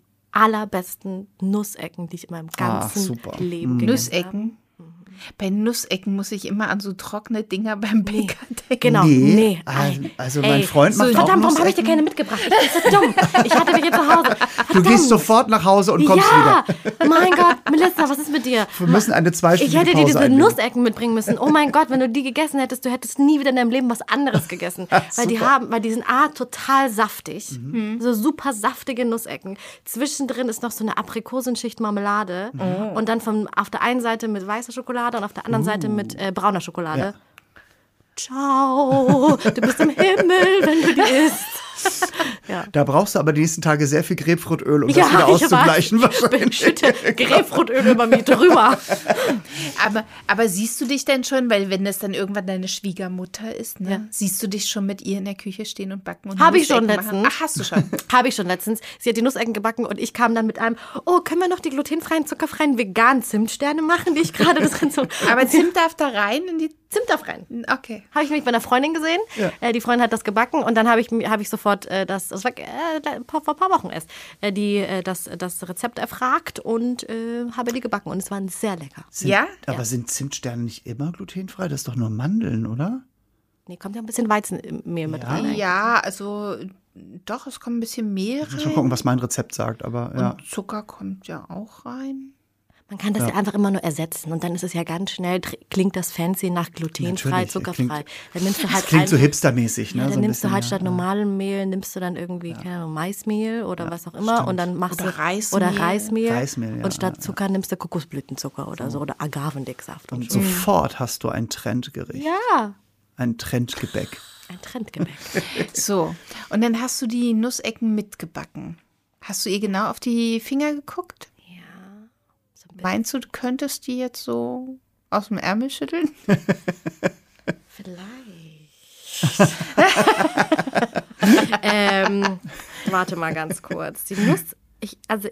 [SPEAKER 4] allerbesten Nussecken, die ich in meinem
[SPEAKER 3] Ah,
[SPEAKER 4] ganzen
[SPEAKER 3] super.
[SPEAKER 4] Leben gegessen habe.
[SPEAKER 1] Nussecken. Bei Nussecken muss ich immer an so trockene Dinger beim Bäcker denken.
[SPEAKER 4] Genau. Nee.
[SPEAKER 3] Also,
[SPEAKER 4] Ei.
[SPEAKER 3] also
[SPEAKER 4] Ey,
[SPEAKER 3] mein Freund
[SPEAKER 4] so-
[SPEAKER 3] macht auch
[SPEAKER 4] Verdammt, warum habe ich dir
[SPEAKER 3] Nussecken.
[SPEAKER 4] keine mitgebracht? Ich bin so dumm. Ich hatte welche zu Hause.
[SPEAKER 3] Du gehst
[SPEAKER 4] Verdammt.
[SPEAKER 3] sofort nach Hause und kommst
[SPEAKER 4] ja.
[SPEAKER 3] wieder.
[SPEAKER 4] Mein Gott, Melissa, was ist mit dir?
[SPEAKER 3] Wir müssen eine zweistündige
[SPEAKER 4] Ich hätte dir
[SPEAKER 3] Pause
[SPEAKER 4] diese
[SPEAKER 3] einlegen.
[SPEAKER 4] Nussecken mitbringen müssen. Oh mein Gott, wenn du die gegessen hättest, du hättest nie wieder in deinem Leben was anderes gegessen. weil die haben, weil die sind A total saftig.
[SPEAKER 3] Mhm.
[SPEAKER 4] So super saftige Nussecken. Zwischendrin ist noch so eine Aprikosenschicht Marmelade.
[SPEAKER 3] Mhm.
[SPEAKER 4] Und dann von, auf der einen Seite mit weißer Schokolade und auf der anderen Seite mit äh, brauner Schokolade.
[SPEAKER 3] Uh. Ja.
[SPEAKER 4] Ciao, du bist im Himmel, wenn du die isst.
[SPEAKER 3] Da brauchst du aber die nächsten Tage sehr viel Grapefruitöl, um das wieder
[SPEAKER 4] ich
[SPEAKER 3] auszugleichen.
[SPEAKER 4] weiß.
[SPEAKER 3] wahrscheinlich.
[SPEAKER 4] Schütte Grapefruitöl über mir drüber.
[SPEAKER 1] Aber, aber siehst du dich denn schon, weil wenn das dann irgendwann deine Schwiegermutter ist, ne,
[SPEAKER 4] Ja.
[SPEAKER 1] siehst du dich schon mit ihr in der Küche stehen und backen und
[SPEAKER 4] Hab ich
[SPEAKER 1] Nussecken
[SPEAKER 4] schon
[SPEAKER 1] machen?
[SPEAKER 4] letztens.
[SPEAKER 1] Ach, hast du schon.
[SPEAKER 4] Habe ich schon letztens. Sie hat die Nussecken gebacken und ich kam dann mit einem, oh, können wir noch die glutenfreien, zuckerfreien, veganen Zimtsterne machen, die ich gerade das Ganze...
[SPEAKER 1] Aber Zimt darf da rein in die.
[SPEAKER 4] Zimt darf rein.
[SPEAKER 1] Okay.
[SPEAKER 4] Habe ich mich bei einer Freundin gesehen. Äh, die Freundin hat das gebacken und dann habe ich, mir- habe ich sofort äh, das, das war äh, le- vor vor ein paar Wochen erst, äh, die, äh, das, das Rezept erfragt und äh, habe die gebacken und es waren sehr lecker.
[SPEAKER 3] Sind,
[SPEAKER 1] Ja?
[SPEAKER 3] Aber sind Zimtsterne nicht immer glutenfrei? Das ist doch nur Mandeln, oder?
[SPEAKER 4] Nee, kommt ja ein bisschen Weizenmehl mit
[SPEAKER 1] Ah,
[SPEAKER 4] rein. eigentlich.
[SPEAKER 1] Ja, also doch, es kommt ein bisschen Mehl
[SPEAKER 3] Ich muss mal
[SPEAKER 1] rein.
[SPEAKER 3] gucken, was mein Rezept sagt, aber ja.
[SPEAKER 1] Zucker kommt ja auch rein.
[SPEAKER 4] Man kann das ja. einfach immer nur ersetzen und dann ist es ja ganz schnell, tr- klingt das fancy nach glutenfrei,
[SPEAKER 3] Natürlich,
[SPEAKER 4] zuckerfrei.
[SPEAKER 3] klingt-
[SPEAKER 4] Dann nimmst du halt
[SPEAKER 3] Klingt so
[SPEAKER 4] einfach-
[SPEAKER 3] hipstermäßig, ne?
[SPEAKER 4] Ja,
[SPEAKER 3] so
[SPEAKER 4] dann
[SPEAKER 3] ein
[SPEAKER 4] nimmst du
[SPEAKER 3] bisschen,
[SPEAKER 4] halt
[SPEAKER 3] ja.
[SPEAKER 4] statt normalem Mehl, nimmst du dann irgendwie, keine Ahnung, Maismehl oder was auch immer und dann machst
[SPEAKER 1] Oder
[SPEAKER 4] du
[SPEAKER 1] Reismehl.
[SPEAKER 4] oder Reismehl,
[SPEAKER 3] Reismehl, ja,
[SPEAKER 4] und statt Zucker nimmst du Kokosblütenzucker oder so oder Agavendicksaft und,
[SPEAKER 3] Und
[SPEAKER 4] so.
[SPEAKER 3] sofort hast du ein Trendgericht,
[SPEAKER 4] Ja,
[SPEAKER 3] ein Trendgebäck.
[SPEAKER 4] ein Trendgebäck.
[SPEAKER 1] So, und dann hast du die Nussecken mitgebacken. Hast du ihr genau auf die Finger geguckt?
[SPEAKER 4] ja. So ein bisschen.
[SPEAKER 1] Meinst du, du könntest die jetzt so aus dem Ärmel schütteln?
[SPEAKER 4] Vielleicht. ähm, warte mal ganz kurz. Die muss ich also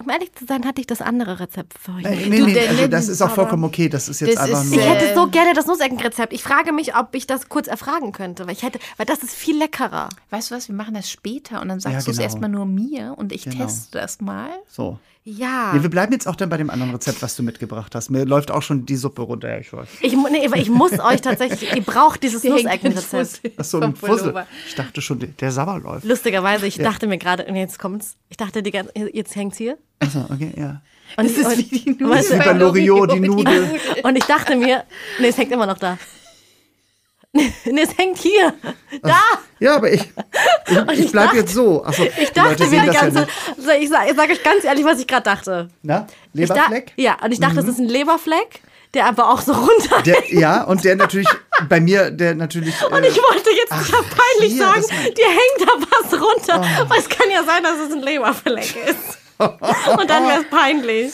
[SPEAKER 4] um ehrlich zu sein, hatte ich das andere Rezept für euch.
[SPEAKER 3] Nee, nee, nee,
[SPEAKER 1] der
[SPEAKER 3] also das
[SPEAKER 1] Lind-
[SPEAKER 3] ist auch vollkommen
[SPEAKER 1] aber-
[SPEAKER 3] okay. Das ist jetzt
[SPEAKER 1] Das
[SPEAKER 3] einfach
[SPEAKER 1] ist
[SPEAKER 3] nur.
[SPEAKER 4] Ich
[SPEAKER 1] sehr-
[SPEAKER 4] hätte so gerne das Nusseckenrezept. Ich frage mich, ob ich das kurz erfragen könnte, weil ich hätte, weil das ist viel leckerer.
[SPEAKER 1] Weißt du was, wir machen das später und dann sagst du es
[SPEAKER 3] genau.
[SPEAKER 1] erstmal nur mir und ich
[SPEAKER 3] Genau.
[SPEAKER 1] teste das mal.
[SPEAKER 3] So.
[SPEAKER 4] Ja.
[SPEAKER 3] Nee, wir bleiben jetzt auch dann bei dem anderen Rezept, was du mitgebracht hast. Mir läuft auch schon die Suppe runter, ja, ich weiß.
[SPEAKER 4] Ich, mu- nee, weil ich muss euch tatsächlich, ihr braucht dieses Nusseckenrezept.
[SPEAKER 3] Das ist so ein Fussel. Ich dachte schon, der- der Sabber läuft.
[SPEAKER 4] Lustigerweise, ich dachte mir gerade, und jetzt kommt's. Ich dachte, die ganze, jetzt hängt's hier.
[SPEAKER 3] Achso, Also, okay, ja.
[SPEAKER 4] Und,
[SPEAKER 1] Das ist
[SPEAKER 4] und,
[SPEAKER 1] wie die Nudel.
[SPEAKER 4] weißt du,
[SPEAKER 3] Wie bei Loriot, die Nudel.
[SPEAKER 4] und ich dachte mir, nee, es hängt immer noch da. Nee, es hängt hier. Da!
[SPEAKER 3] Ja, aber ich, ich, ich bleibe
[SPEAKER 4] dachte-
[SPEAKER 3] jetzt so. Achso, ich
[SPEAKER 4] Dachte mir die ganze. ich sage sag euch ganz ehrlich, was ich gerade dachte.
[SPEAKER 3] Na,
[SPEAKER 4] Ich da-
[SPEAKER 3] Leberfleck? Mhm.
[SPEAKER 4] ja, und ich dachte, das ist ein Leberfleck, der aber auch so runter.
[SPEAKER 3] Der, ja, und der natürlich, bei mir, der natürlich.
[SPEAKER 4] und
[SPEAKER 3] äh,
[SPEAKER 4] ich wollte jetzt ja peinlich
[SPEAKER 3] hier, das
[SPEAKER 4] sagen,
[SPEAKER 3] meint- Oh.
[SPEAKER 4] dir hängt da was runter. Aber es kann ja sein, dass es ein Leberfleck ist. Und dann wäre es peinlich.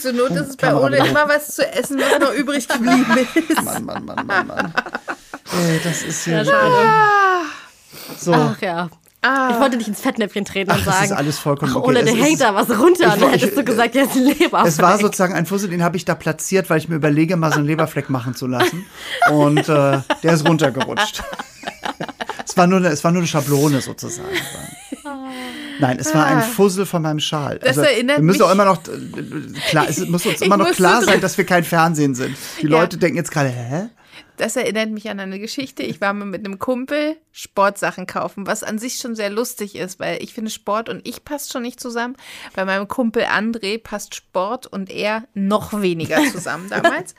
[SPEAKER 1] Zur Not ist es bei
[SPEAKER 3] Kamera
[SPEAKER 1] Ole
[SPEAKER 3] wieder hoch.
[SPEAKER 1] immer was zu essen, was noch übrig geblieben ist.
[SPEAKER 3] äh, Mann, Mann, Mann, Mann, Mann. Ey, das ist hier
[SPEAKER 4] schade.
[SPEAKER 3] so.
[SPEAKER 4] Ach ja. Ich wollte dich ins Fettnäpfchen treten und
[SPEAKER 3] Ach, das
[SPEAKER 4] Ah. sagen.
[SPEAKER 3] ist alles vollkommen
[SPEAKER 4] Ach,
[SPEAKER 3] okay.
[SPEAKER 4] Ole,
[SPEAKER 3] Es
[SPEAKER 4] der
[SPEAKER 3] ist-
[SPEAKER 4] hängt da was runter.
[SPEAKER 3] Ich
[SPEAKER 4] Dann
[SPEAKER 3] wollte-
[SPEAKER 4] hättest du gesagt, jetzt Leber.
[SPEAKER 3] Es war
[SPEAKER 4] weg.
[SPEAKER 3] sozusagen ein Fussel, den habe ich da platziert, weil ich mir überlege, mal so einen Leberfleck machen zu lassen. Und äh, der ist runtergerutscht. es, war nur eine, es war nur eine Schablone sozusagen. Nein, es war ein Fussel von meinem Schal.
[SPEAKER 1] Ah.
[SPEAKER 3] Also,
[SPEAKER 1] Das erinnert
[SPEAKER 3] wir müssen auch
[SPEAKER 1] mich-
[SPEAKER 3] immer noch äh, klar, es muss uns
[SPEAKER 1] Ich
[SPEAKER 3] immer noch
[SPEAKER 1] musste
[SPEAKER 3] klar
[SPEAKER 1] dr-
[SPEAKER 3] sein, dass wir kein Fernsehen sind. Die
[SPEAKER 1] Ja.
[SPEAKER 3] Leute denken jetzt gerade, hä?
[SPEAKER 1] Das erinnert mich an eine Geschichte. Ich war mal mit einem Kumpel Sportsachen kaufen, was an sich schon sehr lustig ist, weil ich finde, Sport und ich passt schon nicht zusammen. Bei meinem Kumpel André passt Sport und er noch weniger zusammen damals.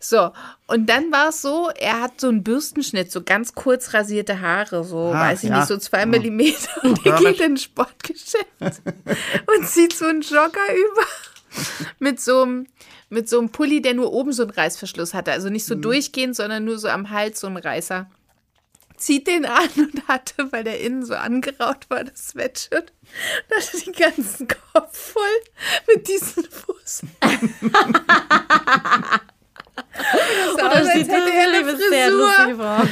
[SPEAKER 1] So, und dann war es so, er hat so einen Bürstenschnitt, so ganz kurz rasierte Haare, so,
[SPEAKER 3] Ah,
[SPEAKER 1] weiß ich
[SPEAKER 3] ja.
[SPEAKER 1] nicht, so zwei Millimeter. Und er
[SPEAKER 3] Herrlich.
[SPEAKER 1] geht in ein Sportgeschäft und zieht so einen Jogger über mit so einem, mit so einem Pulli, der nur oben so einen Reißverschluss hatte. Also nicht
[SPEAKER 3] Mhm.
[SPEAKER 1] so durchgehend, sondern nur so am Hals so einen Reißer. Zieht den an und hatte, weil der innen so angeraut war, das Sweatshirt, und hatte den ganzen Kopf voll mit diesen Fuß.
[SPEAKER 4] Oh, das sieht so liebes- sehr lustig aus.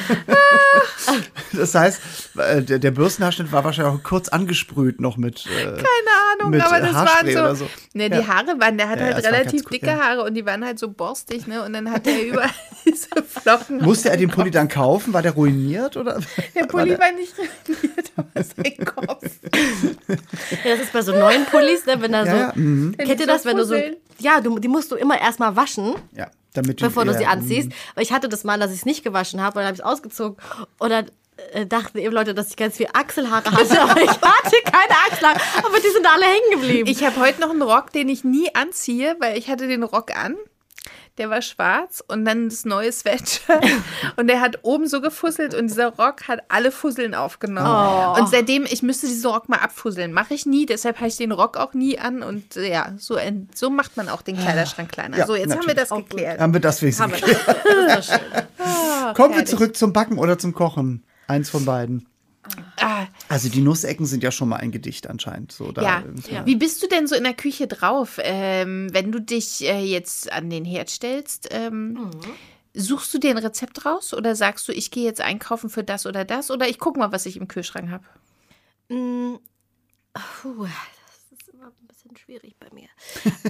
[SPEAKER 3] Das heißt, äh, der, der Bürstenhaarschnitt war wahrscheinlich auch kurz angesprüht noch mit. Äh,
[SPEAKER 1] keine Ahnung,
[SPEAKER 3] Mit,
[SPEAKER 1] aber
[SPEAKER 3] äh,
[SPEAKER 1] das
[SPEAKER 3] Haarspray
[SPEAKER 1] waren
[SPEAKER 3] oder
[SPEAKER 1] so.
[SPEAKER 3] so.
[SPEAKER 1] Ne, die
[SPEAKER 3] Ja.
[SPEAKER 1] Haare waren, der hat
[SPEAKER 3] Ja, ja,
[SPEAKER 1] halt
[SPEAKER 3] das war
[SPEAKER 1] relativ
[SPEAKER 3] ganz gut,
[SPEAKER 1] dicke
[SPEAKER 3] ja.
[SPEAKER 1] Haare und die waren halt so borstig, ne? Und dann hatte er überall diese Flocken.
[SPEAKER 3] musste er den Pulli dann kaufen? War der ruiniert oder?
[SPEAKER 1] Der Pulli
[SPEAKER 3] der-
[SPEAKER 1] war nicht rasiert, aber sein Kopf.
[SPEAKER 4] Ja, das ist bei so neuen Pullis, ne, wenn da
[SPEAKER 3] Ja, Hm, ja,
[SPEAKER 4] so. Kennt ihr das, wenn du so. Ja, du, die musst du immer erstmal waschen.
[SPEAKER 3] Ja, damit die-
[SPEAKER 4] bevor du
[SPEAKER 3] ja, hm.
[SPEAKER 4] sie anziehst. Weil ich hatte das mal, dass ich es nicht gewaschen habe und dann habe ich es ausgezogen. Und dann äh, dachten eben Leute, dass ich ganz viel Achselhaare hatte, aber ich hatte keine Achselhaare. Aber die sind alle hängen geblieben.
[SPEAKER 1] Ich habe heute noch einen Rock, den ich nie anziehe, weil ich hatte den Rock an. Der war schwarz und dann das neue Sweatshirt. Und der hat oben so gefusselt und dieser Rock hat alle Fusseln aufgenommen. Und seitdem, ich müsste diesen Rock mal abfusseln. Mache ich nie, deshalb habe ich den Rock auch nie an. Und äh, ja, so, ent- so macht man auch den Kleiderschrank kleiner.
[SPEAKER 3] Ja,
[SPEAKER 1] so, jetzt haben wir
[SPEAKER 3] natürlich.
[SPEAKER 1] das geklärt.
[SPEAKER 3] Haben wir das wenigstens
[SPEAKER 4] Aber das ist doch- das ist doch schön. Oh,
[SPEAKER 3] Kommen wir
[SPEAKER 1] Herrlich.
[SPEAKER 3] zurück zum Backen oder zum Kochen. Eins von beiden.
[SPEAKER 1] Ah,
[SPEAKER 3] Also die Nussecken sind ja schon mal ein Gedicht anscheinend. So, da,
[SPEAKER 1] ja.
[SPEAKER 3] irgendwie.
[SPEAKER 1] Wie bist du denn so in der Küche drauf, ähm, wenn du dich äh, jetzt an den Herd stellst? Ähm, Suchst du dir ein Rezept raus oder sagst du, ich gehe jetzt einkaufen für das oder das oder ich gucke mal, was ich im Kühlschrank habe?
[SPEAKER 4] Mm, puh, das ist immer ein bisschen schwierig bei mir.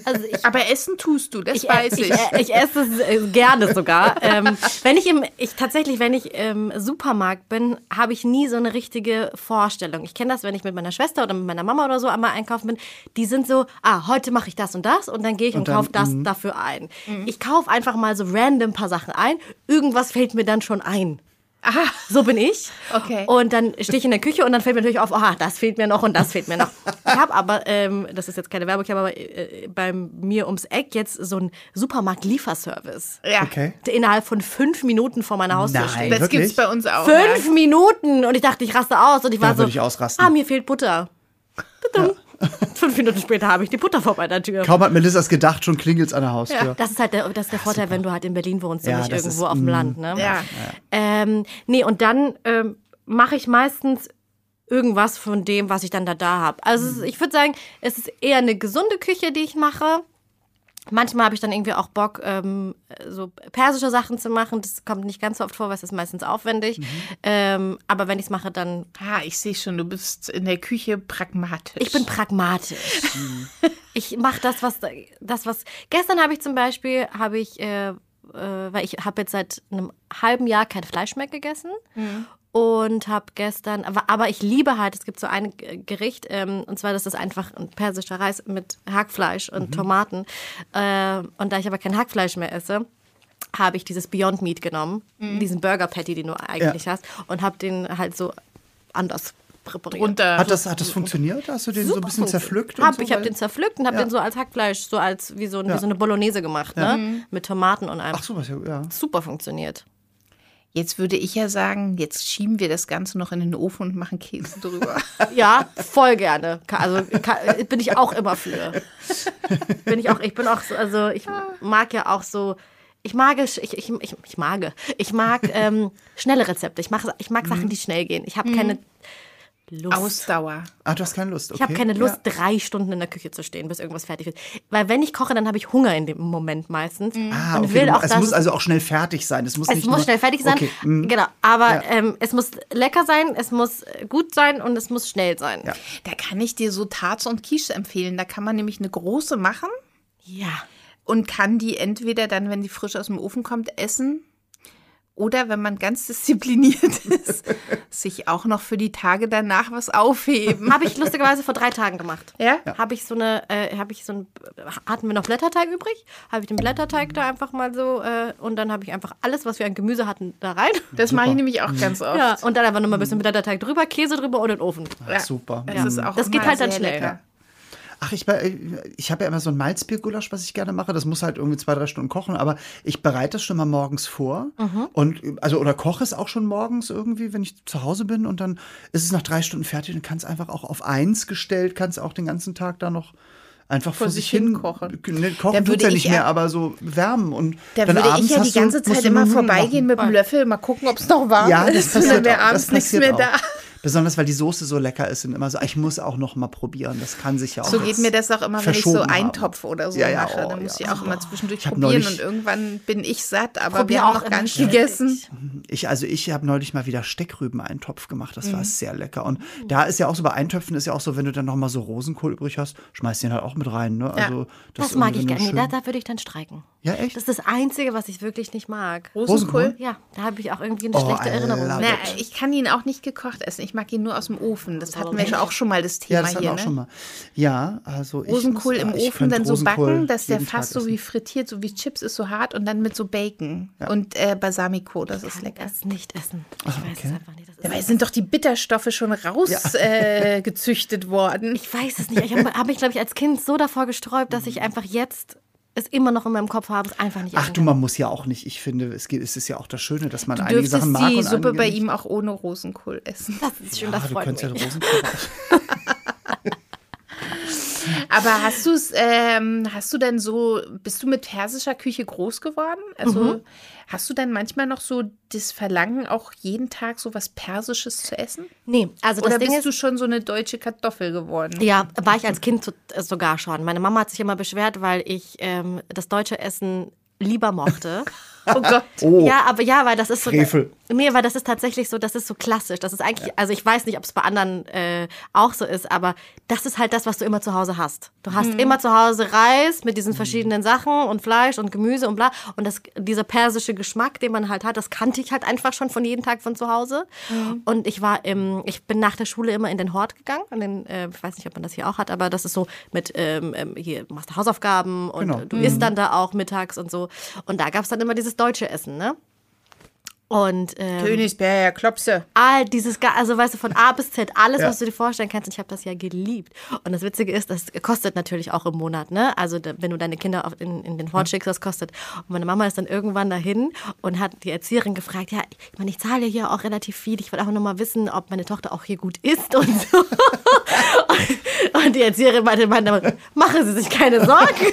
[SPEAKER 4] Also ich
[SPEAKER 1] Aber Essen tust du, das
[SPEAKER 4] Ich,
[SPEAKER 1] weiß ich.
[SPEAKER 4] ich, ich, ich esse es äh, gerne sogar. ähm, wenn ich im, ich tatsächlich, wenn ich im Supermarkt bin, habe ich nie so eine richtige Vorstellung. Ich kenne das, wenn ich mit meiner Schwester oder mit meiner Mama oder so einmal einkaufen bin. Die sind so, ah, heute mache ich das und das und dann gehe ich und,
[SPEAKER 3] dann,
[SPEAKER 4] kaufe das dafür ein. Ich kaufe einfach mal so random paar Sachen ein. Irgendwas fällt mir dann schon ein. So bin ich.
[SPEAKER 1] Okay.
[SPEAKER 4] Und dann stehe ich in der Küche und dann fällt mir natürlich auf, ah, das fehlt mir noch und das fehlt mir noch. Ich habe aber, ähm, das ist jetzt keine Werbung, ich habe aber äh, bei mir ums Eck jetzt so einen Supermarkt-Lieferservice,
[SPEAKER 1] ja.
[SPEAKER 3] Okay.
[SPEAKER 4] der innerhalb von fünf Minuten vor meiner Haustür
[SPEAKER 3] Nein.
[SPEAKER 4] steht.
[SPEAKER 1] Das
[SPEAKER 3] Wirklich?
[SPEAKER 1] gibt's bei uns auch.
[SPEAKER 4] Fünf
[SPEAKER 1] Ja.
[SPEAKER 4] Minuten! Und ich dachte, ich raste aus. Und ich war so,
[SPEAKER 3] würde ich ausrasten.
[SPEAKER 4] ah, mir fehlt Butter. Tudum. Fünf Minuten später habe ich die Butter vor meiner Tür.
[SPEAKER 3] Kaum hat Melissa es gedacht, schon klingelt's an der Haustür.
[SPEAKER 4] Das ist halt der, das ist der Vorteil, wenn du halt in Berlin wohnst und
[SPEAKER 3] Ja,
[SPEAKER 4] nicht
[SPEAKER 3] das
[SPEAKER 4] irgendwo
[SPEAKER 3] ist,
[SPEAKER 4] auf dem
[SPEAKER 3] mm,
[SPEAKER 4] Land. Ne?
[SPEAKER 1] Ja. Ja.
[SPEAKER 4] Ähm, nee, und dann ähm, mache ich meistens irgendwas von dem, was ich dann da, da habe. Also es ist- ich würde sagen, es ist eher eine gesunde Küche, die ich mache. Manchmal habe ich dann irgendwie auch Bock, ähm, so persische Sachen zu machen. Das kommt nicht ganz so oft vor, weil es ist meistens aufwendig. Ähm, aber wenn ich es mache, dann...
[SPEAKER 1] Ah, ich sehe schon, du bist in der Küche pragmatisch.
[SPEAKER 4] Ich bin pragmatisch. ich mache das, was das, was. Gestern habe ich zum Beispiel, habe ich, äh, äh, weil ich habe jetzt seit einem halben Jahr kein Fleisch mehr gegessen. Und habe gestern, aber, aber ich liebe halt, es gibt so ein G- Gericht, ähm, und zwar das ist einfach ein persischer Reis mit Hackfleisch und Tomaten. Ähm, und da ich aber kein Hackfleisch mehr esse, habe ich dieses Beyond Meat genommen, diesen Burger Patty, den du eigentlich hast, und habe den halt so anders präpariert.
[SPEAKER 1] drunter.
[SPEAKER 3] Hat das, hat das funktioniert? Hast du den so ein bisschen zerpflückt? und
[SPEAKER 4] Hab,
[SPEAKER 3] so
[SPEAKER 4] ich habe
[SPEAKER 3] weiter?
[SPEAKER 4] den zerpflückt und habe
[SPEAKER 3] Ja.
[SPEAKER 4] den so als Hackfleisch, so als wie so, ein- wie
[SPEAKER 3] Ja.
[SPEAKER 4] so eine Bolognese gemacht, ne? Mit Tomaten und allem.
[SPEAKER 3] Ach so, was ja. ja.
[SPEAKER 4] Super funktioniert.
[SPEAKER 1] Jetzt würde ich ja sagen, jetzt schieben wir das Ganze noch in den Ofen und machen Käse drüber.
[SPEAKER 4] Ja, voll gerne. Ka- Also ka- bin ich auch immer für. Bin ich auch, ich bin auch so, also ich mag ja auch so, ich mag, es- ich, ich, ich, ich
[SPEAKER 3] Mhm.
[SPEAKER 4] mag, ich mag ähm, schnelle Rezepte. Ich, mach, ich mag Sachen, die schnell gehen. Ich habe keine Lust.
[SPEAKER 1] Ausdauer.
[SPEAKER 3] Ah, du hast keine Lust. Okay.
[SPEAKER 4] Ich habe keine Lust, drei Stunden in der Küche zu stehen, bis irgendwas fertig ist. Weil wenn ich koche, dann habe ich Hunger in dem Moment meistens.
[SPEAKER 3] Ja. Ah,
[SPEAKER 4] Und
[SPEAKER 3] okay.
[SPEAKER 4] will
[SPEAKER 3] du-
[SPEAKER 4] auch,
[SPEAKER 3] es
[SPEAKER 4] dass
[SPEAKER 3] muss also auch schnell fertig sein. Es muss,
[SPEAKER 4] es
[SPEAKER 3] nicht
[SPEAKER 4] muss
[SPEAKER 3] nur,
[SPEAKER 4] schnell fertig sein.
[SPEAKER 3] Okay. mm.
[SPEAKER 4] Genau. Aber
[SPEAKER 3] Ja.
[SPEAKER 4] ähm, es muss lecker sein, es muss äh, gut sein und es muss schnell sein.
[SPEAKER 3] Ja.
[SPEAKER 1] Da kann ich dir so Tarts und Quiches empfehlen. Da kann man nämlich eine große machen
[SPEAKER 4] ja.
[SPEAKER 1] und kann die entweder dann, wenn die frisch aus dem Ofen kommt, essen oder wenn man ganz diszipliniert ist, sich auch noch für die Tage danach was aufheben.
[SPEAKER 4] Habe ich lustigerweise vor drei Tagen gemacht.
[SPEAKER 1] Ja?
[SPEAKER 4] Habe ich so eine, äh, habe ich so ein, hatten wir noch Blätterteig übrig? Habe ich den Blätterteig da einfach mal so äh, und dann habe ich einfach alles, was wir an Gemüse hatten, da rein.
[SPEAKER 1] Das mache ich nämlich
[SPEAKER 3] Mhm.
[SPEAKER 1] auch ganz oft.
[SPEAKER 4] Ja, und dann einfach nochmal ein bisschen Blätterteig drüber, Käse drüber und in den Ofen.
[SPEAKER 3] Ah, super.
[SPEAKER 1] Das,
[SPEAKER 3] Mm.
[SPEAKER 1] ist auch
[SPEAKER 4] Das geht
[SPEAKER 1] immer
[SPEAKER 4] halt dann
[SPEAKER 1] sehr
[SPEAKER 4] schnell.
[SPEAKER 1] lecker.
[SPEAKER 3] Ach, ich, bei- ich habe ja immer so ein Malzbiergulasch, was ich gerne mache. Das muss halt irgendwie zwei, drei Stunden kochen, aber ich bereite das schon mal morgens vor
[SPEAKER 1] Mhm.
[SPEAKER 3] und also oder koche es auch schon morgens irgendwie, wenn ich zu Hause bin und dann ist es nach drei Stunden fertig und kann es einfach auch auf eins gestellt, kann es auch den ganzen Tag da noch einfach vor,
[SPEAKER 1] sich
[SPEAKER 3] sich hin
[SPEAKER 1] hin kochen.
[SPEAKER 3] Ne, kochen
[SPEAKER 1] Dann
[SPEAKER 3] tut's
[SPEAKER 1] würde
[SPEAKER 3] ja
[SPEAKER 1] ich
[SPEAKER 3] nicht
[SPEAKER 1] ja-
[SPEAKER 3] mehr, aber so wärmen und
[SPEAKER 1] Da
[SPEAKER 3] dann
[SPEAKER 1] würde
[SPEAKER 3] abends
[SPEAKER 1] ich ja die
[SPEAKER 3] hast du-
[SPEAKER 1] ganze
[SPEAKER 3] musst
[SPEAKER 1] Zeit
[SPEAKER 3] du nur
[SPEAKER 1] immer
[SPEAKER 3] Nudeln
[SPEAKER 1] vorbeigehen mit dem Löffel, mal gucken, ob es noch warm
[SPEAKER 3] machen. Ja, das
[SPEAKER 1] ist. Und
[SPEAKER 3] passiert
[SPEAKER 1] dann wäre
[SPEAKER 3] auch.
[SPEAKER 1] abends
[SPEAKER 3] Das
[SPEAKER 1] nichts
[SPEAKER 3] passiert
[SPEAKER 1] mehr
[SPEAKER 3] auch.
[SPEAKER 1] da.
[SPEAKER 3] Besonders weil die Soße so lecker ist und immer so, ich muss auch noch mal probieren. Das kann sich ja auch
[SPEAKER 1] So geht
[SPEAKER 3] jetzt
[SPEAKER 1] mir das auch immer, wenn ich so
[SPEAKER 3] verschoben haben.
[SPEAKER 1] Eintopf oder so
[SPEAKER 3] Ja, ja,
[SPEAKER 1] mache. Dann
[SPEAKER 3] oh,
[SPEAKER 1] muss
[SPEAKER 3] ja.
[SPEAKER 1] ich auch immer zwischendurch
[SPEAKER 3] Ich hab
[SPEAKER 1] probieren
[SPEAKER 3] neulich-
[SPEAKER 1] und irgendwann bin ich satt, aber
[SPEAKER 4] Probier
[SPEAKER 1] wir haben
[SPEAKER 4] auch
[SPEAKER 1] noch gar
[SPEAKER 4] immer
[SPEAKER 1] nicht
[SPEAKER 4] schnell.
[SPEAKER 1] gegessen.
[SPEAKER 3] Ich, also ich habe neulich mal wieder Steckrüben-Eintopf gemacht. Das
[SPEAKER 1] Mhm.
[SPEAKER 3] war sehr lecker. Und da ist ja auch so, bei Eintöpfen ist ja auch so, wenn du dann noch mal so Rosenkohl übrig hast, schmeißt den halt auch mit rein. Ne? Also,
[SPEAKER 4] Das,
[SPEAKER 3] ist
[SPEAKER 4] mag
[SPEAKER 3] irgendwie
[SPEAKER 4] ich
[SPEAKER 3] nur
[SPEAKER 4] gar nicht.
[SPEAKER 3] schön-
[SPEAKER 4] Da, da würde ich dann streiken.
[SPEAKER 3] Ja, echt?
[SPEAKER 4] Das ist das Einzige, was ich wirklich nicht mag.
[SPEAKER 3] Rosenkohl?
[SPEAKER 4] Ja, da habe ich auch irgendwie eine
[SPEAKER 3] Oh,
[SPEAKER 4] schlechte Erinnerung.
[SPEAKER 3] Alter.
[SPEAKER 1] Na,
[SPEAKER 3] Gott.
[SPEAKER 1] ich kann ihn auch nicht gekocht essen. Ich mag ihn nur aus dem Ofen. Das hatten wir schon auch schon mal das Thema
[SPEAKER 3] ja, das hatten wir
[SPEAKER 1] hier.
[SPEAKER 3] auch schon
[SPEAKER 1] Ne?
[SPEAKER 3] mal. Ja, also ich
[SPEAKER 1] Rosenkohl
[SPEAKER 3] muss-
[SPEAKER 1] im
[SPEAKER 3] ah, ich
[SPEAKER 1] Ofen
[SPEAKER 3] könnte
[SPEAKER 1] dann so
[SPEAKER 3] Rosenkohl
[SPEAKER 1] backen, dass der
[SPEAKER 3] jeden
[SPEAKER 1] fast
[SPEAKER 3] Tag
[SPEAKER 1] so wie frittiert, so wie Chips ist so hart und dann mit so Bacon und äh, Balsamico. Das ist
[SPEAKER 4] Kann
[SPEAKER 1] lecker.
[SPEAKER 4] das nicht essen. Ich weiß es einfach nicht. Das ist
[SPEAKER 1] Dabei sind doch die Bitterstoffe schon rausgezüchtet äh, gezüchtet worden.
[SPEAKER 4] Ich weiß es nicht. Ich habe hab mich, glaube ich, als Kind so davor gesträubt, dass ich einfach jetzt es immer noch in meinem Kopf habe, es einfach nicht
[SPEAKER 3] Mhm. Ach
[SPEAKER 4] essen
[SPEAKER 3] du, man muss ja auch nicht. Ich finde, es, geht, es ist ja auch das Schöne, dass man einige
[SPEAKER 1] Dürftest
[SPEAKER 3] Sachen mag
[SPEAKER 1] die
[SPEAKER 3] und
[SPEAKER 1] Suppe
[SPEAKER 3] einige
[SPEAKER 1] bei
[SPEAKER 3] nicht.
[SPEAKER 1] ihm auch ohne Rosenkohl essen.
[SPEAKER 4] kann. Das ist schön,
[SPEAKER 3] Ah,
[SPEAKER 4] das
[SPEAKER 3] du
[SPEAKER 4] freut mich.
[SPEAKER 3] könntest ja Rosenkohl.
[SPEAKER 1] Aber hast du es, ähm, hast du denn so, bist du mit persischer Küche groß geworden? Also hast du dann manchmal noch so das Verlangen, auch jeden Tag so was Persisches zu essen?
[SPEAKER 4] Nee, also das
[SPEAKER 1] Oder
[SPEAKER 4] Ding
[SPEAKER 1] bist
[SPEAKER 4] ist,
[SPEAKER 1] du schon so eine deutsche Kartoffel geworden?
[SPEAKER 4] Ja, war ich als Kind so, äh, sogar schon. Meine Mama hat sich immer beschwert, weil ich ähm, das deutsche Essen lieber mochte.
[SPEAKER 1] Oh Gott.
[SPEAKER 3] Oh.
[SPEAKER 4] Ja, aber ja, weil das ist so.
[SPEAKER 3] Frevel.
[SPEAKER 4] Nee, weil das ist tatsächlich so, das ist so klassisch. Das ist eigentlich, also ich weiß nicht, ob es bei anderen äh, auch so ist, aber das ist halt das, was du immer zu Hause hast. Du hast immer zu Hause Reis mit diesen verschiedenen Sachen und Fleisch und Gemüse und bla. Und das, dieser persische Geschmack, den man halt hat, das kannte ich halt einfach schon von jedem Tag von zu Hause. Und ich war im, ich bin nach der Schule immer in den Hort gegangen. In den, äh, ich weiß nicht, ob man das hier auch hat, aber das ist so mit, ähm, ähm, hier machst du Hausaufgaben und
[SPEAKER 3] Genau.
[SPEAKER 4] du isst dann da auch mittags und so. Und da gab's dann immer dieses deutsche Essen, ne? Und ähm,
[SPEAKER 1] Königsberger Klopse.
[SPEAKER 4] all dieses, Ga- also weißt du, von A bis Z, alles,
[SPEAKER 3] Ja.
[SPEAKER 4] was du dir vorstellen kannst. Und ich habe das ja geliebt. Und das Witzige ist, das kostet natürlich auch im Monat, ne? Also da- wenn du deine Kinder auf, in, in den Hort schickst, das kostet. Und meine Mama ist dann irgendwann dahin und hat die Erzieherin gefragt, ja, ich meine, ich zahle ja hier auch relativ viel. Ich wollte einfach nur mal wissen, ob meine Tochter auch hier gut isst und so. und, und die Erzieherin meinte, meinte, machen Sie sich keine Sorgen.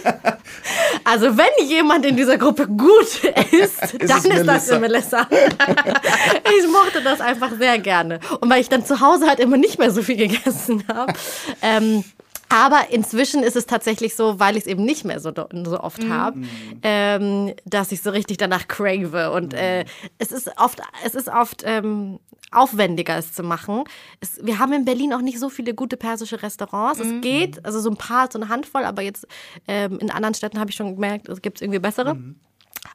[SPEAKER 4] Also wenn jemand in dieser Gruppe gut isst, dann
[SPEAKER 3] es
[SPEAKER 4] ist das
[SPEAKER 3] Melissa.
[SPEAKER 4] immer Melissa. ich mochte das einfach sehr gerne. Und weil ich dann zu Hause halt immer nicht mehr so viel gegessen habe. Ähm, aber inzwischen ist es tatsächlich so, weil ich es eben nicht mehr so, do- so oft
[SPEAKER 1] Mhm.
[SPEAKER 4] habe, ähm, dass ich so richtig danach crave. Und
[SPEAKER 1] Mhm.
[SPEAKER 4] äh, es ist oft, es ist oft ähm, aufwendiger, es zu machen. Es, wir haben in Berlin auch nicht so viele gute persische Restaurants.
[SPEAKER 1] Mhm.
[SPEAKER 4] Es geht, also so ein paar, so eine Handvoll, aber jetzt ähm, in anderen Städten habe ich schon gemerkt, es gibt irgendwie bessere.
[SPEAKER 1] Mhm.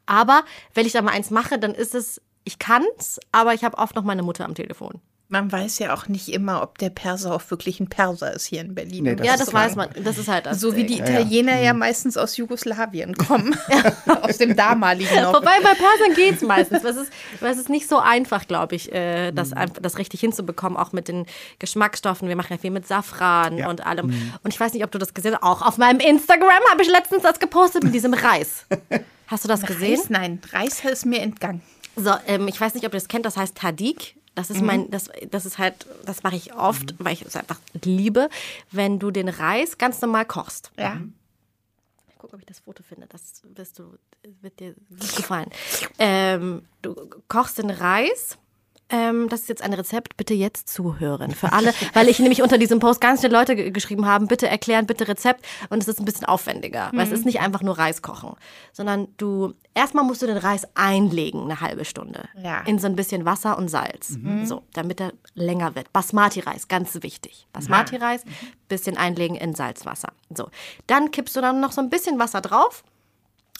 [SPEAKER 4] Aber wenn ich da mal eins mache, dann ist es, ich kann's, aber ich habe oft noch meine Mutter am Telefon.
[SPEAKER 1] Man weiß ja auch nicht immer, ob der Perser auch wirklich ein Perser ist hier in Berlin.
[SPEAKER 3] Nee,
[SPEAKER 1] um
[SPEAKER 3] das
[SPEAKER 4] ja,
[SPEAKER 1] zu
[SPEAKER 4] das
[SPEAKER 1] sagen.
[SPEAKER 4] weiß man. Das ist halt das.
[SPEAKER 1] So wie die
[SPEAKER 4] Ding.
[SPEAKER 3] ja.
[SPEAKER 1] Italiener ja, meistens aus Jugoslawien kommen. aus dem damaligen noch.
[SPEAKER 4] Wobei Äh, bei Persern geht's meistens. weil Es ist, weil es ist nicht so einfach, glaube ich, äh, das, einf- das richtig hinzubekommen, auch mit den Geschmacksstoffen. Wir machen ja viel mit Safran
[SPEAKER 3] Ja.
[SPEAKER 4] und allem. Und ich weiß nicht, ob du das gesehen hast. Auch auf meinem Instagram habe ich letztens das gepostet mit diesem Reis. Hast du das gesehen?
[SPEAKER 1] Reis, nein, Reis ist mir entgangen.
[SPEAKER 4] So, ähm, ich weiß nicht, ob ihr das kennt, das heißt Tadik. Das ist mein, das, das ist halt, das mache ich oft, weil ich es einfach liebe, wenn du den Reis ganz normal kochst.
[SPEAKER 1] Ja.
[SPEAKER 4] Guck, ob ich das Foto finde. Das wirst du, wird dir gut gefallen. Ähm, du kochst den Reis Ähm, das ist jetzt ein Rezept, bitte jetzt zuhören. Für alle, weil ich nämlich unter diesem Post ganz viele Leute ge- geschrieben haben, bitte erklären, bitte Rezept. Und es ist ein bisschen aufwendiger, weil es ist nicht einfach nur Reis kochen, sondern du, erstmal musst du den Reis einlegen, eine halbe Stunde.
[SPEAKER 1] Ja.
[SPEAKER 4] In so ein bisschen Wasser und Salz. So, damit er länger wird. Basmati-Reis, ganz wichtig. Basmati-Reis, bisschen einlegen in Salzwasser. So, dann kippst du dann noch so ein bisschen Wasser drauf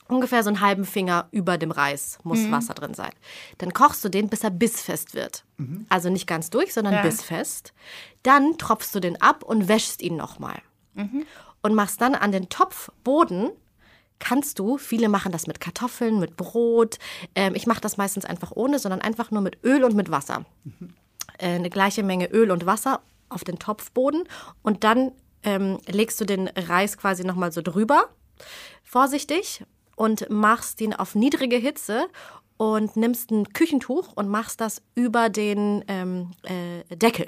[SPEAKER 4] ungefähr so einen halben Finger über dem Reis muss Wasser drin sein. Dann kochst du den, bis er bissfest wird. Also nicht ganz durch, sondern
[SPEAKER 1] Ja.
[SPEAKER 4] bissfest. Dann tropfst du den ab und wäschst ihn nochmal. Und machst dann an den Topfboden, kannst du, viele machen das mit Kartoffeln, mit Brot. Ähm, ich mache das meistens einfach ohne, sondern einfach nur mit Öl und mit Wasser äh, eine gleiche Menge Öl und Wasser auf den Topfboden und dann ähm, legst du den Reis quasi nochmal so drüber, vorsichtig, und machst ihn auf niedrige Hitze und nimmst ein Küchentuch und machst das über den ähm, äh, Deckel.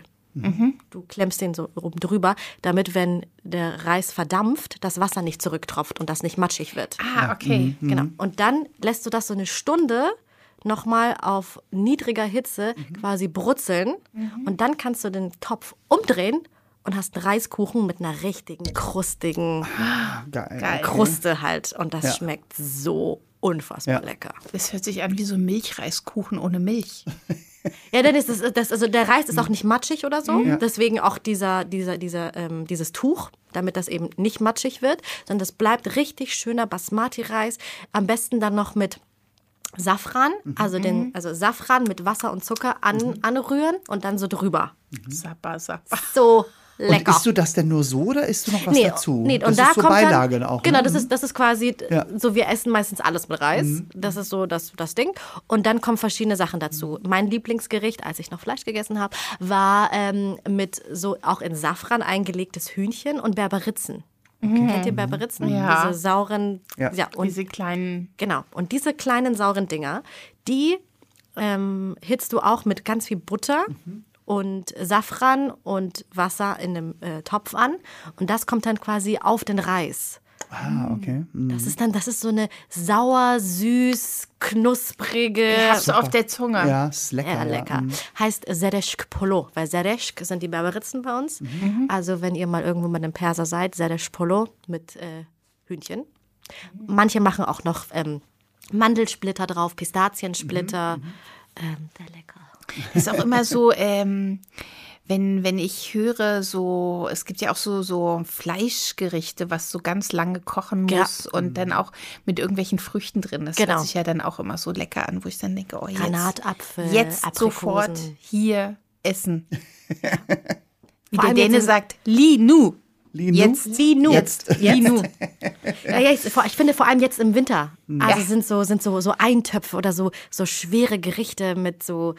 [SPEAKER 4] Du klemmst den so oben drüber, damit, wenn der Reis verdampft, das Wasser nicht zurücktropft und das nicht matschig wird.
[SPEAKER 1] Ah, okay.
[SPEAKER 4] Genau. Und dann lässt du das so eine Stunde nochmal auf niedriger Hitze quasi brutzeln.
[SPEAKER 3] Mhm.
[SPEAKER 4] Und dann kannst du den Topf umdrehen und hast einen Reiskuchen mit einer richtigen, krustigen
[SPEAKER 3] Geil.
[SPEAKER 1] Geil.
[SPEAKER 4] Kruste halt. Und das
[SPEAKER 3] Ja.
[SPEAKER 4] schmeckt so unfassbar
[SPEAKER 3] Ja.
[SPEAKER 4] lecker.
[SPEAKER 1] Das hört sich an wie so Milchreiskuchen ohne Milch.
[SPEAKER 4] Ja, denn das, ist- das, also der Reis ist auch nicht matschig oder so. Deswegen auch dieser, dieser, dieser, ähm, dieses Tuch, damit das eben nicht matschig wird, sondern das bleibt richtig schöner Basmati-Reis. Am besten dann noch mit Safran,
[SPEAKER 3] Mhm.
[SPEAKER 4] also, den, also Safran mit Wasser und Zucker an, anrühren und dann so drüber.
[SPEAKER 1] Sappa, sappa.
[SPEAKER 4] So
[SPEAKER 3] Und
[SPEAKER 4] lecker.
[SPEAKER 3] isst du das denn nur so oder isst du noch was dazu?
[SPEAKER 4] Nee, und
[SPEAKER 3] das
[SPEAKER 4] da
[SPEAKER 3] ist so
[SPEAKER 4] kommt
[SPEAKER 3] Beilage
[SPEAKER 4] dann,
[SPEAKER 3] auch.
[SPEAKER 4] Genau,
[SPEAKER 3] ne?
[SPEAKER 4] das ist das ist quasi
[SPEAKER 3] Ja. Mhm.
[SPEAKER 4] so wir essen meistens alles mit Reis. Das ist so das das Ding und dann kommen verschiedene Sachen dazu. Mein Lieblingsgericht, als ich noch Fleisch gegessen habe, war ähm, mit so auch in Safran eingelegtes Hühnchen und Berberitzen. Kennt ihr Berberitzen?
[SPEAKER 1] Mhm. Ja.
[SPEAKER 4] Diese sauren
[SPEAKER 3] Ja.
[SPEAKER 4] und
[SPEAKER 1] Diese kleinen.
[SPEAKER 4] Genau. Und diese kleinen sauren Dinger, die ähm, hitzt du auch mit ganz viel Butter und Safran und Wasser in einem äh, Topf an. Und das kommt dann quasi auf den Reis.
[SPEAKER 3] Ah, okay. Mhm.
[SPEAKER 4] Das ist dann, das ist so eine sauer, süß, knusprige.
[SPEAKER 1] Hast du auf der Zunge.
[SPEAKER 3] Ja, Hm. ist lecker.
[SPEAKER 4] Ja, Mhm. lecker. Heißt Sereshk Polo, weil Sereshk sind die Berberitzen bei uns. Also wenn ihr mal irgendwo mit einem Perser seid, Seresh Polo mit äh, Hühnchen. Manche machen auch noch ähm, Mandelsplitter drauf, Pistaziensplitter. Ähm, sehr lecker.
[SPEAKER 1] ist auch immer so, ähm, wenn, wenn ich höre, so, es gibt ja auch so, so Fleischgerichte, was so ganz lange kochen
[SPEAKER 4] Ja. Mhm.
[SPEAKER 1] muss und dann auch mit irgendwelchen Früchten drin. Das
[SPEAKER 4] Genau.
[SPEAKER 1] hört sich ja dann auch immer so lecker an, wo ich dann denke, oh, jetzt,
[SPEAKER 4] Granatapfel,
[SPEAKER 1] jetzt
[SPEAKER 4] Aprikosen.
[SPEAKER 1] sofort hier essen. Wie
[SPEAKER 4] Vor
[SPEAKER 1] der
[SPEAKER 4] allem jetzt
[SPEAKER 1] Däne
[SPEAKER 4] im-
[SPEAKER 1] sagt, Li Nu.
[SPEAKER 3] Li nu?
[SPEAKER 1] Jetzt, Li Nu.
[SPEAKER 3] Jetzt.
[SPEAKER 1] Li Nu.
[SPEAKER 4] Ja, ja, ich, vor- ich finde vor allem jetzt im Winter.
[SPEAKER 3] Hm.
[SPEAKER 4] Also sind so sind so so Eintöpfe oder so so schwere Gerichte mit so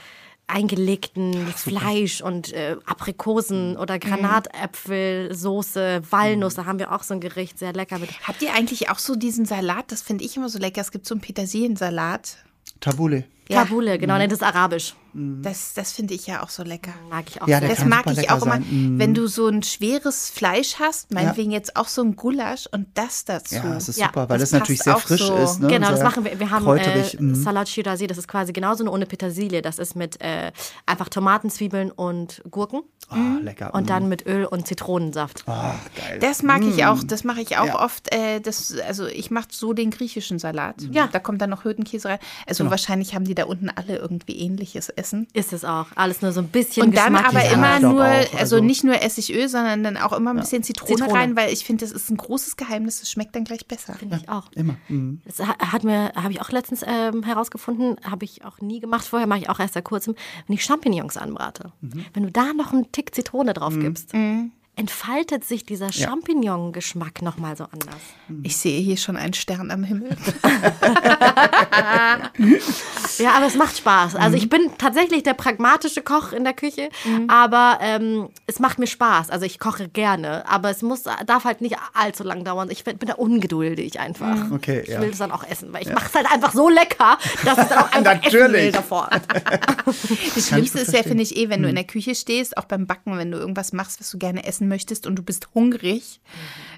[SPEAKER 4] eingelegten Fleisch und äh, Aprikosen
[SPEAKER 3] Hm.
[SPEAKER 4] oder Granatäpfelsoße, Walnuss, da haben wir auch so ein Gericht, sehr lecker mit
[SPEAKER 1] Habt ihr eigentlich auch so diesen Salat? Das finde ich immer so lecker. Es gibt so einen Petersiliensalat.
[SPEAKER 3] Tabule.
[SPEAKER 1] Ja.
[SPEAKER 4] Tabule,
[SPEAKER 3] Hm.
[SPEAKER 4] genau, nee, das ist arabisch.
[SPEAKER 1] Das, das finde ich ja auch so lecker.
[SPEAKER 4] Mag ich auch.
[SPEAKER 3] Ja, Mhm. der
[SPEAKER 4] sehr.
[SPEAKER 1] Das
[SPEAKER 3] kann
[SPEAKER 1] mag
[SPEAKER 3] super
[SPEAKER 1] ich
[SPEAKER 3] lecker
[SPEAKER 1] auch immer,
[SPEAKER 3] sein. Mm.
[SPEAKER 1] wenn du so ein schweres Fleisch hast, meinetwegen jetzt auch so ein Gulasch und das dazu.
[SPEAKER 3] Ja, das ist
[SPEAKER 4] Ja,
[SPEAKER 3] super, weil
[SPEAKER 1] das
[SPEAKER 3] das, natürlich
[SPEAKER 1] passt
[SPEAKER 3] sehr
[SPEAKER 1] auch
[SPEAKER 3] frisch
[SPEAKER 1] so.
[SPEAKER 3] ist. Ne?
[SPEAKER 4] Genau,
[SPEAKER 3] und
[SPEAKER 4] das
[SPEAKER 3] sehr
[SPEAKER 4] machen wir. Wir haben
[SPEAKER 3] Kräuterig.
[SPEAKER 4] äh,
[SPEAKER 3] mhm.
[SPEAKER 4] Salat Shirazi, das ist quasi genauso nur ohne Petersilie. Das ist mit äh, einfach Tomaten, Zwiebeln und Gurken
[SPEAKER 3] Ah, lecker.
[SPEAKER 4] und dann mit Öl und Zitronensaft.
[SPEAKER 3] Ah, geil.
[SPEAKER 1] Das mag ich auch, das mache ich auch
[SPEAKER 3] Mhm. Ja.
[SPEAKER 1] oft. Äh, das, also ich mache so den griechischen Salat.
[SPEAKER 3] Mhm.
[SPEAKER 4] Ja.
[SPEAKER 1] Da kommt dann noch Hürdenkäse rein. Also
[SPEAKER 3] Genau.
[SPEAKER 1] wahrscheinlich haben die da unten alle irgendwie ähnliches Essen.
[SPEAKER 4] Ist es auch. Alles nur so ein bisschen
[SPEAKER 1] Und dann
[SPEAKER 4] geschmacklich.
[SPEAKER 1] aber
[SPEAKER 3] Ja,
[SPEAKER 1] immer
[SPEAKER 3] ich glaub
[SPEAKER 1] nur,
[SPEAKER 3] auch,
[SPEAKER 1] also,
[SPEAKER 3] also-
[SPEAKER 1] nicht nur Essigöl, sondern dann auch immer ein bisschen Zitrone,
[SPEAKER 4] Zitrone.
[SPEAKER 1] rein, weil ich finde, das ist ein großes Geheimnis, das schmeckt dann gleich besser.
[SPEAKER 4] Finde ich auch.
[SPEAKER 3] Immer. Mhm.
[SPEAKER 4] Das ha- hat mir, habe ich auch letztens ähm, herausgefunden, habe ich auch nie gemacht. Vorher mache ich auch erst seit kurzem, wenn ich Champignons anbrate.
[SPEAKER 3] Mhm.
[SPEAKER 4] Wenn du da noch einen Tick Zitrone drauf gibst, entfaltet sich dieser Champignon-Geschmack nochmal so anders.
[SPEAKER 1] Ich sehe hier schon einen Stern am Himmel.
[SPEAKER 4] Ja, aber es macht Spaß. Also
[SPEAKER 3] Mhm.
[SPEAKER 4] ich bin tatsächlich der pragmatische Koch in der Küche, aber ähm, es macht mir Spaß. Also ich koche gerne, aber es muss, darf halt nicht allzu lang dauern. Ich bin bin da ungeduldig einfach.
[SPEAKER 3] Mhm. Okay,
[SPEAKER 4] ich
[SPEAKER 3] ja.
[SPEAKER 4] will es dann auch essen, weil ich mache es halt einfach so lecker, dass es dann auch einfach essen will
[SPEAKER 3] Natürlich.
[SPEAKER 4] davor.
[SPEAKER 1] Das
[SPEAKER 3] Kann ich
[SPEAKER 1] Schlimmste
[SPEAKER 3] gut
[SPEAKER 1] ist ja,
[SPEAKER 3] verstehen. Mhm.
[SPEAKER 1] finde ich, eh, wenn du in der Küche stehst, auch beim Backen, wenn du irgendwas machst, was du gerne essen möchtest und du bist hungrig,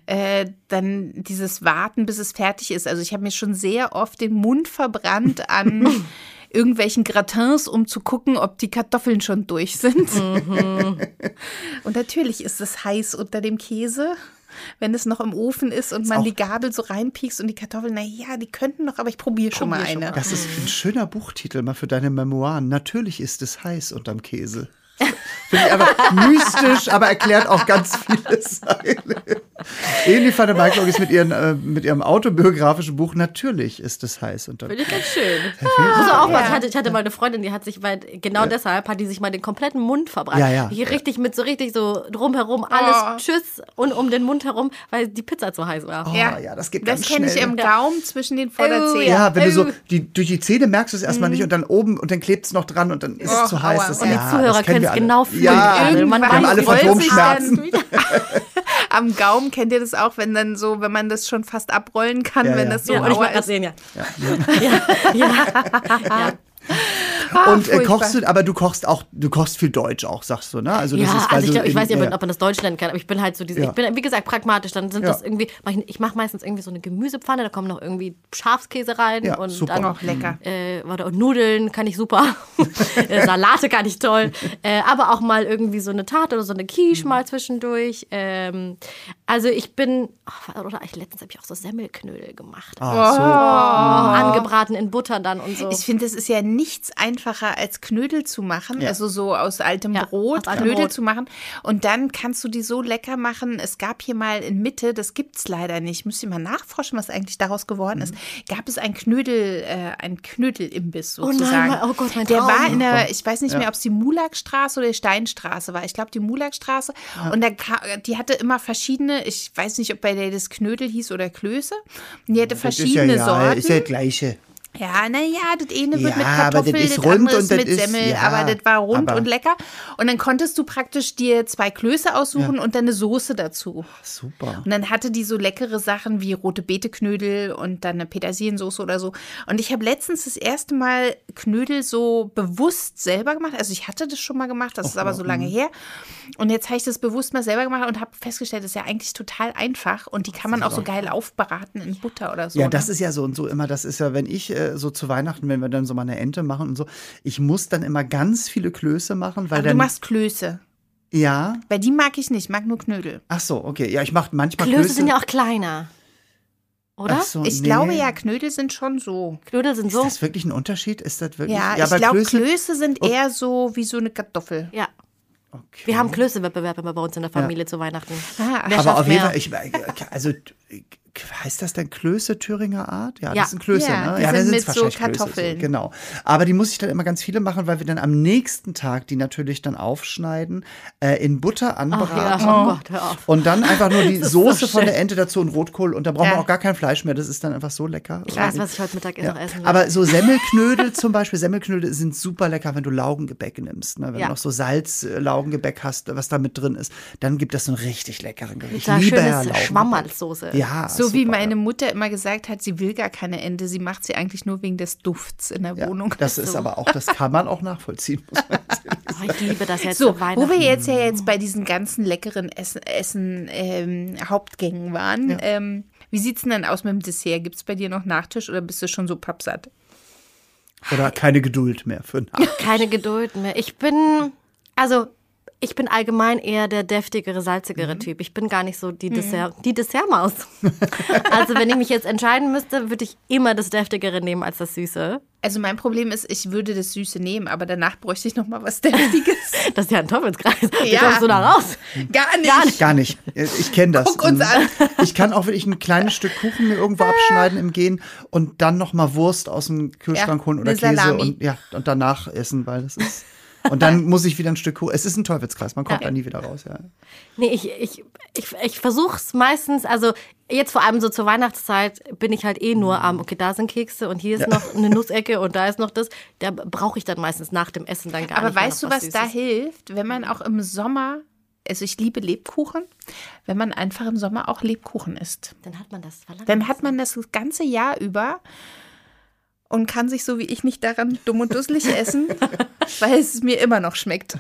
[SPEAKER 3] Mhm.
[SPEAKER 1] äh, dann dieses Warten, bis es fertig ist. Also ich habe mir schon sehr oft den Mund verbrannt an irgendwelchen Gratins, um zu gucken, ob die Kartoffeln schon durch sind.
[SPEAKER 3] Mhm.
[SPEAKER 1] und natürlich ist es heiß unter dem Käse. Wenn es noch im Ofen ist und man
[SPEAKER 3] auch-
[SPEAKER 1] die Gabel so reinpiekst und die Kartoffeln, naja, die könnten noch, aber ich probiere schon mal eine.
[SPEAKER 3] Das ist ein schöner Buchtitel mal für deine Memoiren. Natürlich ist es heiß unterm Käse. Finde ich einfach mystisch, aber erklärt auch ganz vieles. Eli van der Maiklog ist mit, ihren, äh, mit ihrem autobiografischen Buch Natürlich ist es heiß unterm
[SPEAKER 4] Finde ich ganz schön. Muss auch was. Ich hatte, ich hatte mal eine Freundin, die hat sich mal, genau deshalb, hat die sich mal den kompletten Mund verbrannt.
[SPEAKER 3] Ja, ja.
[SPEAKER 4] Hier richtig mit so richtig so drumherum alles
[SPEAKER 1] Oh.
[SPEAKER 4] Tschüss und um den Mund herum, weil die Pizza zu heiß war.
[SPEAKER 3] Oh, ja, das geht ganz
[SPEAKER 1] kenne ich
[SPEAKER 3] schnell,
[SPEAKER 1] im
[SPEAKER 3] ne?
[SPEAKER 1] Gaumen zwischen den Vorderzähnen.
[SPEAKER 3] Ja, wenn du so die, durch die Zähne merkst du es
[SPEAKER 4] Mhm.
[SPEAKER 3] erstmal nicht und dann oben und dann klebt es noch dran und dann ist
[SPEAKER 1] Oh,
[SPEAKER 3] es zu heiß.
[SPEAKER 1] aua.
[SPEAKER 3] Das,
[SPEAKER 1] Und
[SPEAKER 4] die
[SPEAKER 3] ja,
[SPEAKER 4] Zuhörer
[SPEAKER 3] das kennen
[SPEAKER 4] können's
[SPEAKER 3] wir alle.
[SPEAKER 4] genau fühlen.
[SPEAKER 3] Ja,
[SPEAKER 4] Irgendwann
[SPEAKER 3] wir haben
[SPEAKER 4] weiß
[SPEAKER 3] alle
[SPEAKER 4] ich, wollen sich
[SPEAKER 3] Phantomschmerzen.
[SPEAKER 1] Am Gaumen kennt ihr das auch, wenn dann so, wenn man das schon fast abrollen kann,
[SPEAKER 3] Ja,
[SPEAKER 1] wenn
[SPEAKER 3] ja.
[SPEAKER 1] das so
[SPEAKER 4] Ja, und ich
[SPEAKER 1] auer
[SPEAKER 4] mal grad
[SPEAKER 1] ist.
[SPEAKER 4] sehen, ja. Ja, ja. ja.
[SPEAKER 1] Ah,
[SPEAKER 3] Und äh,
[SPEAKER 1] furchtbar.
[SPEAKER 3] kochst du, aber du kochst auch, du kochst viel Deutsch auch, sagst du, ne? Also, das
[SPEAKER 4] ja,
[SPEAKER 3] ist, weil
[SPEAKER 4] also ich,
[SPEAKER 3] du
[SPEAKER 4] glaub, ich
[SPEAKER 3] in-
[SPEAKER 4] weiß nicht,
[SPEAKER 3] ja,
[SPEAKER 4] ob, ob man das Deutsch nennen kann, aber ich bin halt so diese,
[SPEAKER 3] Ja.
[SPEAKER 4] ich bin, wie gesagt, pragmatisch. Dann sind
[SPEAKER 3] Ja.
[SPEAKER 4] das irgendwie, mach ich, ich mache meistens irgendwie so eine Gemüsepfanne, da kommen noch irgendwie Schafskäse rein
[SPEAKER 3] Ja,
[SPEAKER 4] und
[SPEAKER 3] super.
[SPEAKER 4] dann
[SPEAKER 1] Auch Oh, lecker.
[SPEAKER 4] Äh, warte, und Nudeln kann ich super, Äh, Salate kann ich toll, äh, aber auch mal irgendwie so eine Tarte oder so eine Quiche
[SPEAKER 3] Mhm.
[SPEAKER 4] mal zwischendurch. Ähm, also ich bin, oh, oder ich, letztens habe ich auch so Semmelknödel gemacht,
[SPEAKER 3] Ach Ah, so.
[SPEAKER 4] angebraten in Butter dann und so.
[SPEAKER 3] Also
[SPEAKER 1] Ich finde, es ist ja nichts einfacher, als Knödel zu machen, also so aus altem
[SPEAKER 4] Ja,
[SPEAKER 1] Brot
[SPEAKER 4] aus altem
[SPEAKER 1] Knödel
[SPEAKER 4] Brot.
[SPEAKER 1] zu machen. Und dann kannst du die so lecker machen. Es gab hier mal in Mitte, das gibt's leider nicht, müsst ihr mal nachforschen, was eigentlich daraus geworden ist.
[SPEAKER 3] Mhm.
[SPEAKER 1] Gab es ein Knödel, äh, ein Knödelimbiss
[SPEAKER 4] nein,
[SPEAKER 1] sozusagen.
[SPEAKER 4] mein- oh Gott, mein
[SPEAKER 1] der
[SPEAKER 4] Traum.
[SPEAKER 1] war in der, ich weiß nicht mehr, ob es die Mulakstraße oder die Steinstraße war. Ich glaube, die Mulakstraße. Und da ka- die hatte immer verschiedene, ich weiß nicht, ob bei der das Knödel hieß oder Klöße. Und die hatte
[SPEAKER 3] Das ist ja,
[SPEAKER 1] verschiedene
[SPEAKER 3] ja,
[SPEAKER 1] Sorten.
[SPEAKER 3] ist ja der gleiche.
[SPEAKER 1] Ja, naja, das eine wird
[SPEAKER 3] Ja,
[SPEAKER 1] mit
[SPEAKER 3] aber das
[SPEAKER 1] Kartoffeln, das,
[SPEAKER 3] ist rund
[SPEAKER 1] andere
[SPEAKER 3] und
[SPEAKER 1] ist
[SPEAKER 3] das
[SPEAKER 1] mit
[SPEAKER 3] ist-
[SPEAKER 1] Semmel,
[SPEAKER 3] ja,
[SPEAKER 1] aber das war rund
[SPEAKER 3] aber-
[SPEAKER 1] und lecker. Und dann konntest du praktisch dir zwei Klöße aussuchen und dann eine Soße dazu.
[SPEAKER 3] Super.
[SPEAKER 1] Und dann hatte die so leckere Sachen wie rote Beeteknödel und dann eine Petersiliensoße oder so. Und ich habe letztens das erste Mal Knödel so bewusst selber gemacht. Also ich hatte das schon mal gemacht, das ist aber so
[SPEAKER 3] mhm.
[SPEAKER 1] lange her. Und jetzt habe ich das bewusst mal selber gemacht und habe festgestellt, das ist ja eigentlich total einfach und die kann man auch so geil aufberaten in Butter oder so.
[SPEAKER 3] Ja,
[SPEAKER 1] ne?
[SPEAKER 3] das ist ja so und so immer. Das ist ja, wenn ich äh, so zu Weihnachten, wenn wir dann so mal eine Ente machen und so, ich muss dann immer ganz viele Klöße machen, weil
[SPEAKER 1] aber
[SPEAKER 3] dann.
[SPEAKER 1] du machst Klöße.
[SPEAKER 3] ja.
[SPEAKER 1] Weil die mag ich nicht, mag nur Knödel.
[SPEAKER 3] Ach so, okay. Ja, ich mache manchmal Klöße.
[SPEAKER 4] Klöße sind ja auch kleiner, oder?
[SPEAKER 3] Ach so,
[SPEAKER 1] Ich
[SPEAKER 3] Oh, nee.
[SPEAKER 1] glaube ja, Knödel sind schon so.
[SPEAKER 4] Knödel sind
[SPEAKER 3] Ist
[SPEAKER 4] so,
[SPEAKER 3] das wirklich ein Unterschied? Ist das wirklich?
[SPEAKER 1] Ja, ich
[SPEAKER 3] bei
[SPEAKER 1] glaube, Klöße,
[SPEAKER 3] Oh.
[SPEAKER 1] sind eher so wie so eine Kartoffel.
[SPEAKER 4] ja.
[SPEAKER 3] Okay.
[SPEAKER 4] Wir haben Klöße-Wettbewerb immer bei uns in der Familie zu Weihnachten.
[SPEAKER 1] Ah.
[SPEAKER 4] Wer
[SPEAKER 3] Aber
[SPEAKER 4] schafft
[SPEAKER 3] auf jeden
[SPEAKER 4] mehr?
[SPEAKER 3] Fall, ich, also äh, heißt das dann Klöße Thüringer Art? Ja,
[SPEAKER 4] Ja.
[SPEAKER 3] das sind Klöße,
[SPEAKER 1] Ja,
[SPEAKER 3] ne?
[SPEAKER 1] die
[SPEAKER 3] Ja,
[SPEAKER 1] sind
[SPEAKER 3] das
[SPEAKER 1] mit so
[SPEAKER 3] wahrscheinlich Klöße,
[SPEAKER 1] Kartoffeln.
[SPEAKER 3] so, genau. Aber die muss ich dann immer ganz viele machen, weil wir dann am nächsten Tag die natürlich dann aufschneiden, äh, in Butter
[SPEAKER 4] Ach ja,
[SPEAKER 3] anbraten.
[SPEAKER 4] oh Gott, hör auf.
[SPEAKER 3] Und dann einfach nur die
[SPEAKER 4] Das ist so
[SPEAKER 3] Soße von
[SPEAKER 4] schön.
[SPEAKER 3] der Ente dazu und Rotkohl und da brauchen wir
[SPEAKER 1] Ja.
[SPEAKER 3] auch gar kein Fleisch mehr. Das ist dann einfach so lecker.
[SPEAKER 4] Ich weiß, was ich heute Mittag noch essen will.
[SPEAKER 3] Aber so Semmelknödel zum Beispiel, Semmelknödel sind super lecker, wenn du Laugengebäck nimmst. Ne? Wenn
[SPEAKER 4] Ja.
[SPEAKER 3] du noch so Salz-Laugengebäck hast, was da mit drin ist, dann gibt das so einen richtig leckeren Gericht.
[SPEAKER 4] mit
[SPEAKER 3] Ich
[SPEAKER 4] einer
[SPEAKER 3] liebe ja
[SPEAKER 4] schönes äh,
[SPEAKER 3] Laugengebäck.
[SPEAKER 4] Schwammerlsoße.
[SPEAKER 3] Ja,
[SPEAKER 1] so wie
[SPEAKER 3] super,
[SPEAKER 1] meine
[SPEAKER 3] ja.
[SPEAKER 1] Mutter immer gesagt hat, sie will gar keine Ente. Sie macht sie eigentlich nur wegen des Dufts in der Wohnung.
[SPEAKER 3] Ja, das ist aber auch, das kann man auch nachvollziehen. muss man sagen.
[SPEAKER 4] Oh, ich liebe das jetzt
[SPEAKER 1] so,
[SPEAKER 4] zu
[SPEAKER 1] wo
[SPEAKER 4] Weihnachten.
[SPEAKER 1] wir jetzt ja jetzt bei diesen ganzen leckeren Essen, Essen ähm, Hauptgängen waren. Ähm, wie sieht's denn dann aus mit dem Dessert? Gibt's bei dir noch Nachtisch oder bist du schon so pappsatt?
[SPEAKER 3] Oder keine Geduld mehr für nach.
[SPEAKER 4] Keine Geduld mehr. Ich bin, also ich bin allgemein eher der deftigere, salzigere
[SPEAKER 3] Mhm.
[SPEAKER 4] Typ. Ich bin gar nicht so die Dessert, die Dessertmaus. also wenn ich mich jetzt entscheiden müsste, würde ich immer das deftigere nehmen als das Süße.
[SPEAKER 1] Also mein Problem ist, ich würde das Süße nehmen, aber danach bräuchte ich noch mal was Deftiges.
[SPEAKER 4] Das ist ja ein Teufelskreis. Wie
[SPEAKER 1] Ja.
[SPEAKER 4] kommst du da raus?
[SPEAKER 3] Hm.
[SPEAKER 1] Gar nicht.
[SPEAKER 4] Gar nicht.
[SPEAKER 3] Gar nicht. Ich kenne das. Mhm.
[SPEAKER 1] Guck uns an.
[SPEAKER 3] Ich kann auch wirklich ein kleines Stück Kuchen mir irgendwo abschneiden im Gehen und dann noch mal Wurst aus dem Kühlschrank
[SPEAKER 1] Ja,
[SPEAKER 3] holen oder
[SPEAKER 1] eine
[SPEAKER 3] Käse
[SPEAKER 1] Salami.
[SPEAKER 3] und ja und danach essen, weil das ist. Und dann muss ich wieder ein Stück Kuchen. Es ist ein Teufelskreis. Man kommt da nie wieder raus. Ja.
[SPEAKER 4] Nee, ich, ich, ich, ich versuche es meistens, also jetzt vor allem so zur Weihnachtszeit bin ich halt eh nur am, okay, da sind Kekse und hier ist noch eine Nussecke und da ist noch das. Da brauche ich dann meistens nach dem Essen dann gar
[SPEAKER 1] Aber
[SPEAKER 4] nicht mehr
[SPEAKER 1] weißt du,
[SPEAKER 4] noch
[SPEAKER 1] was, da
[SPEAKER 4] Süßes. Mhm.
[SPEAKER 1] hilft, wenn man auch im Sommer, also ich liebe Lebkuchen, wenn man einfach im Sommer auch Lebkuchen isst.
[SPEAKER 4] Dann hat man das verlangt.
[SPEAKER 1] Dann hat man das ganze Jahr über und kann sich so wie ich nicht daran dumm und dusselig essen, weil es mir immer noch schmeckt.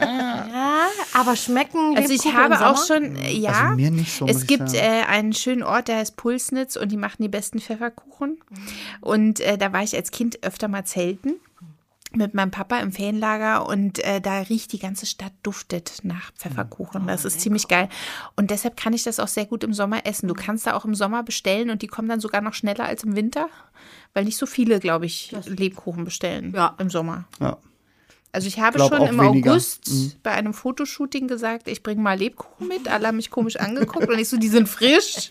[SPEAKER 4] Ja, aber schmecken.
[SPEAKER 1] Also ich
[SPEAKER 4] Lebkuchen im
[SPEAKER 1] habe
[SPEAKER 4] Sommer?
[SPEAKER 1] auch schon, äh, ja,
[SPEAKER 3] Also mir nicht so, muss
[SPEAKER 1] es
[SPEAKER 3] ich
[SPEAKER 1] gibt
[SPEAKER 3] sagen.
[SPEAKER 1] äh, einen schönen Ort, der heißt Pulsnitz und die machen die besten Pfefferkuchen. Und äh, da war ich als Kind öfter mal zelten mit meinem Papa im Ferienlager und äh, da riecht die ganze Stadt duftet nach Pfefferkuchen.
[SPEAKER 3] Oh,
[SPEAKER 1] Das ist ziemlich geil. Und deshalb kann ich das auch sehr gut im Sommer essen. Du kannst da auch im Sommer bestellen und die kommen dann sogar noch schneller als im Winter, weil nicht so viele, glaube ich, Lebkuchen bestellen
[SPEAKER 4] Ja.
[SPEAKER 1] im Sommer.
[SPEAKER 3] Ja.
[SPEAKER 1] Also ich habe
[SPEAKER 3] glaub
[SPEAKER 1] schon
[SPEAKER 3] auch
[SPEAKER 1] im
[SPEAKER 3] weniger. Mhm.
[SPEAKER 1] August bei einem Fotoshooting gesagt, ich bringe mal Lebkuchen mit. Alle haben mich komisch angeguckt und ich so, die sind frisch.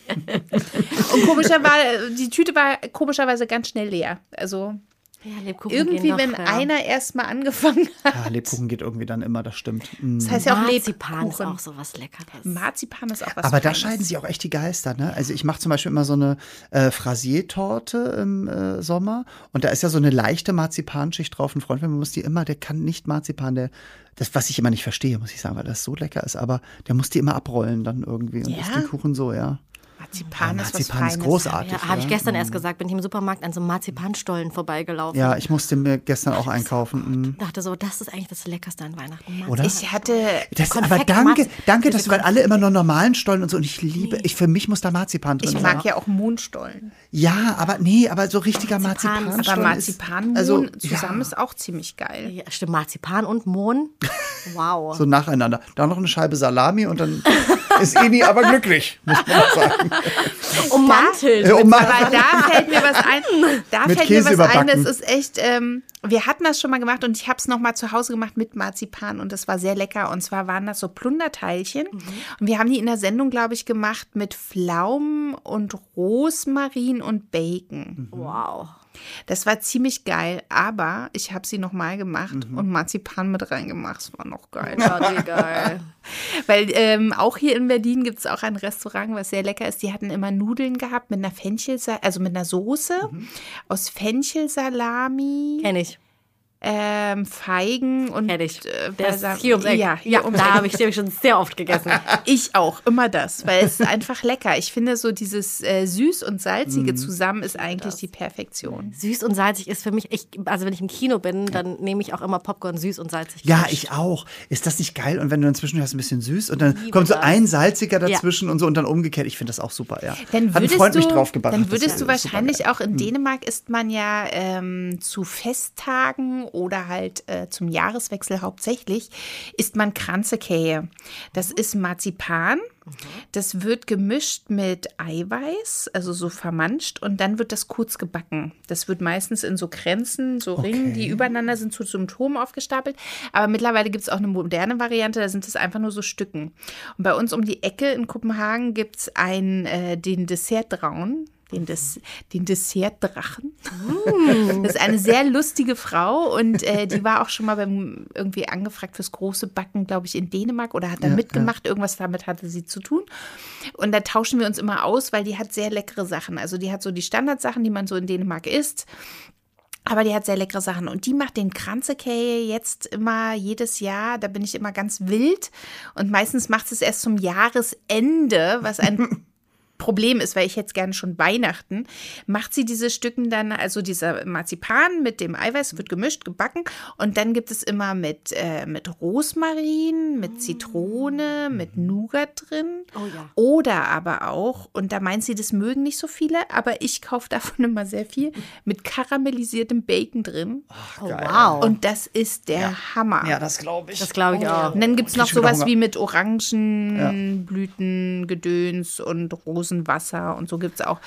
[SPEAKER 1] und komischerweise, die Tüte war komischerweise ganz schnell leer. Also
[SPEAKER 4] Ja, Lebkuchen
[SPEAKER 1] irgendwie,
[SPEAKER 4] Oh, gehen
[SPEAKER 1] wenn
[SPEAKER 4] doch, ja.
[SPEAKER 1] einer erstmal angefangen hat.
[SPEAKER 3] Ah, Lebkuchen geht irgendwie dann immer, das stimmt. Mm.
[SPEAKER 1] Das heißt ja auch
[SPEAKER 4] Marzipan ist
[SPEAKER 1] Lebkuchen.
[SPEAKER 4] auch sowas Leckeres.
[SPEAKER 1] Marzipan ist auch was
[SPEAKER 3] Aber da
[SPEAKER 1] Feines.
[SPEAKER 3] scheiden sich auch echt die Geister, ne? Also ich mache zum Beispiel immer so eine äh, Frasiertorte im äh, Sommer und da ist ja so eine leichte Marzipanschicht drauf. Ein Freund von mir muss die immer, der kann nicht Marzipan, der, das, was ich immer nicht verstehe, muss ich sagen, weil das so lecker ist, aber der muss die immer abrollen dann irgendwie und
[SPEAKER 1] Ja?
[SPEAKER 3] isst den Kuchen so, ja.
[SPEAKER 1] Marzipan, ist was
[SPEAKER 3] Marzipan
[SPEAKER 1] Feines.
[SPEAKER 3] ist großartig.
[SPEAKER 4] ja, habe ich
[SPEAKER 3] ja.
[SPEAKER 4] gestern erst gesagt, bin ich im Supermarkt an so einem Marzipanstollen vorbeigelaufen.
[SPEAKER 3] Ja, ich musste mir gestern auch einkaufen. mm.
[SPEAKER 4] Dachte so, das ist eigentlich das Leckerste an Weihnachten.
[SPEAKER 3] Oder?
[SPEAKER 1] Ich hatte
[SPEAKER 3] Das,
[SPEAKER 4] Konfekt-
[SPEAKER 3] aber danke,
[SPEAKER 4] Marzi-
[SPEAKER 3] danke, dass du weil alle immer nur normalen Stollen und so und ich liebe, ich für mich muss da Marzipan drin
[SPEAKER 1] ich
[SPEAKER 3] sein.
[SPEAKER 1] mag ja auch Mohnstollen.
[SPEAKER 3] Ja, aber nee, aber so richtiger
[SPEAKER 4] Marzipan
[SPEAKER 3] Marzipan.
[SPEAKER 4] ist-
[SPEAKER 1] Aber Marzipan
[SPEAKER 3] ist, also,
[SPEAKER 1] zusammen
[SPEAKER 3] ja,
[SPEAKER 1] ist auch ziemlich geil.
[SPEAKER 4] Ja, stimmt, Marzipan und Mohn. Wow.
[SPEAKER 3] so nacheinander. Da noch eine Scheibe Salami und dann ist Ini aber glücklich, muss man auch sagen.
[SPEAKER 4] Ummantelt.
[SPEAKER 3] Äh, um-
[SPEAKER 1] Aber da fällt mir was ein. Da
[SPEAKER 3] Mit
[SPEAKER 1] fällt
[SPEAKER 3] Käse
[SPEAKER 1] mir was ein.
[SPEAKER 3] überbacken.
[SPEAKER 1] Das ist echt. Ähm, wir hatten das schon mal gemacht und ich habe es noch mal zu Hause gemacht mit Marzipan und das war sehr lecker. Und zwar waren das so Plunderteilchen
[SPEAKER 3] Mhm.
[SPEAKER 1] und wir haben die in der Sendung, glaube ich, gemacht mit Pflaumen und Rosmarin und Bacon.
[SPEAKER 3] Mhm.
[SPEAKER 4] Wow.
[SPEAKER 1] Das war ziemlich geil, aber ich habe sie nochmal gemacht
[SPEAKER 3] Mhm.
[SPEAKER 1] und Marzipan mit reingemacht. Das war noch geil.
[SPEAKER 4] Ja, wie geil.
[SPEAKER 1] Weil ähm, auch hier in Berlin gibt es auch ein Restaurant, was sehr lecker ist. Die hatten immer Nudeln gehabt mit einer Fenchelsalami, also mit einer Soße
[SPEAKER 4] Mhm.
[SPEAKER 1] aus Fenchelsalami,
[SPEAKER 4] Kenn ich.
[SPEAKER 1] ähm, Feigen und
[SPEAKER 4] Kenn ich.
[SPEAKER 1] äh,
[SPEAKER 4] Der
[SPEAKER 1] Balsam-
[SPEAKER 4] ist hier um ums Eck.
[SPEAKER 1] Ja, hier
[SPEAKER 4] ja
[SPEAKER 1] ums
[SPEAKER 4] da
[SPEAKER 1] Eck.
[SPEAKER 4] habe ich, den hab ich schon sehr oft gegessen.
[SPEAKER 1] Ich auch, immer das, weil es ist einfach lecker. Ich finde so dieses äh, süß und
[SPEAKER 4] Mhm.
[SPEAKER 1] salzige zusammen ist eigentlich die Perfektion.
[SPEAKER 4] Süß und salzig ist für mich, ich, also wenn ich im Kino bin, dann nehme ich auch immer Popcorn süß und salzig.
[SPEAKER 3] Ja,
[SPEAKER 4] gemischt.
[SPEAKER 3] ich auch. Ist das nicht geil? Und wenn du inzwischen hast, ein bisschen süß und dann kommt so
[SPEAKER 4] das.
[SPEAKER 3] ein salziger dazwischen und so und dann umgekehrt. Ich finde das auch super, ja.
[SPEAKER 1] Dann
[SPEAKER 3] Hat ein
[SPEAKER 1] würdest
[SPEAKER 3] Freund
[SPEAKER 1] du,
[SPEAKER 3] mich drauf gebracht.
[SPEAKER 1] dann
[SPEAKER 3] das
[SPEAKER 1] würdest du
[SPEAKER 3] ist super
[SPEAKER 1] wahrscheinlich
[SPEAKER 3] geil. Hm.
[SPEAKER 1] auch in Dänemark isst man ja ähm, zu Festtagen oder halt äh, zum Jahreswechsel hauptsächlich isst man Kranzekähe.
[SPEAKER 3] Mhm.
[SPEAKER 1] Das ist Marzipan. Das wird gemischt mit Eiweiß, also so vermanscht und dann wird das kurz gebacken. Das wird meistens in so Kränzen, so Ringen, die übereinander sind, zu Symptomen aufgestapelt. Aber mittlerweile gibt es auch eine moderne Variante, da sind es einfach nur so Stücken. Und bei uns um die Ecke in Kopenhagen gibt es äh, den Dessertdraun. Den, Des den Dessertdrachen. Das ist eine sehr lustige Frau und äh, die war auch schon mal beim, irgendwie angefragt fürs große Backen, glaube ich, in Dänemark oder hat da mitgemacht. Irgendwas damit hatte sie zu tun. Und da tauschen wir uns immer aus, weil die hat sehr leckere Sachen. Also die hat so die Standardsachen, die man so in Dänemark isst. Aber die hat sehr leckere Sachen. Und die macht den Kranzekäse jetzt immer jedes Jahr. Da bin ich immer ganz wild. Und meistens macht sie es erst zum Jahresende, was ein Problem ist, weil ich jetzt gerne schon Weihnachten. Macht sie diese Stücken dann, also dieser Marzipan mit dem Eiweiß wird gemischt, gebacken. Und dann gibt es immer mit, äh, mit Rosmarin, mit Zitrone, mit Nougat drin.
[SPEAKER 4] Oh ja.
[SPEAKER 1] Oder aber auch, und da meint sie, das mögen nicht so viele, aber ich kaufe davon immer sehr viel, mit karamellisiertem Bacon drin.
[SPEAKER 4] Oh, wow.
[SPEAKER 1] Und das ist der Hammer.
[SPEAKER 3] Ja, das glaube ich.
[SPEAKER 4] das glaube ich auch.
[SPEAKER 1] und dann gibt es noch
[SPEAKER 3] krieg schon wieder
[SPEAKER 1] sowas
[SPEAKER 3] Hunger.
[SPEAKER 1] wie mit Orangenblüten, Gedöns und Rosenwasser und so gibt es auch.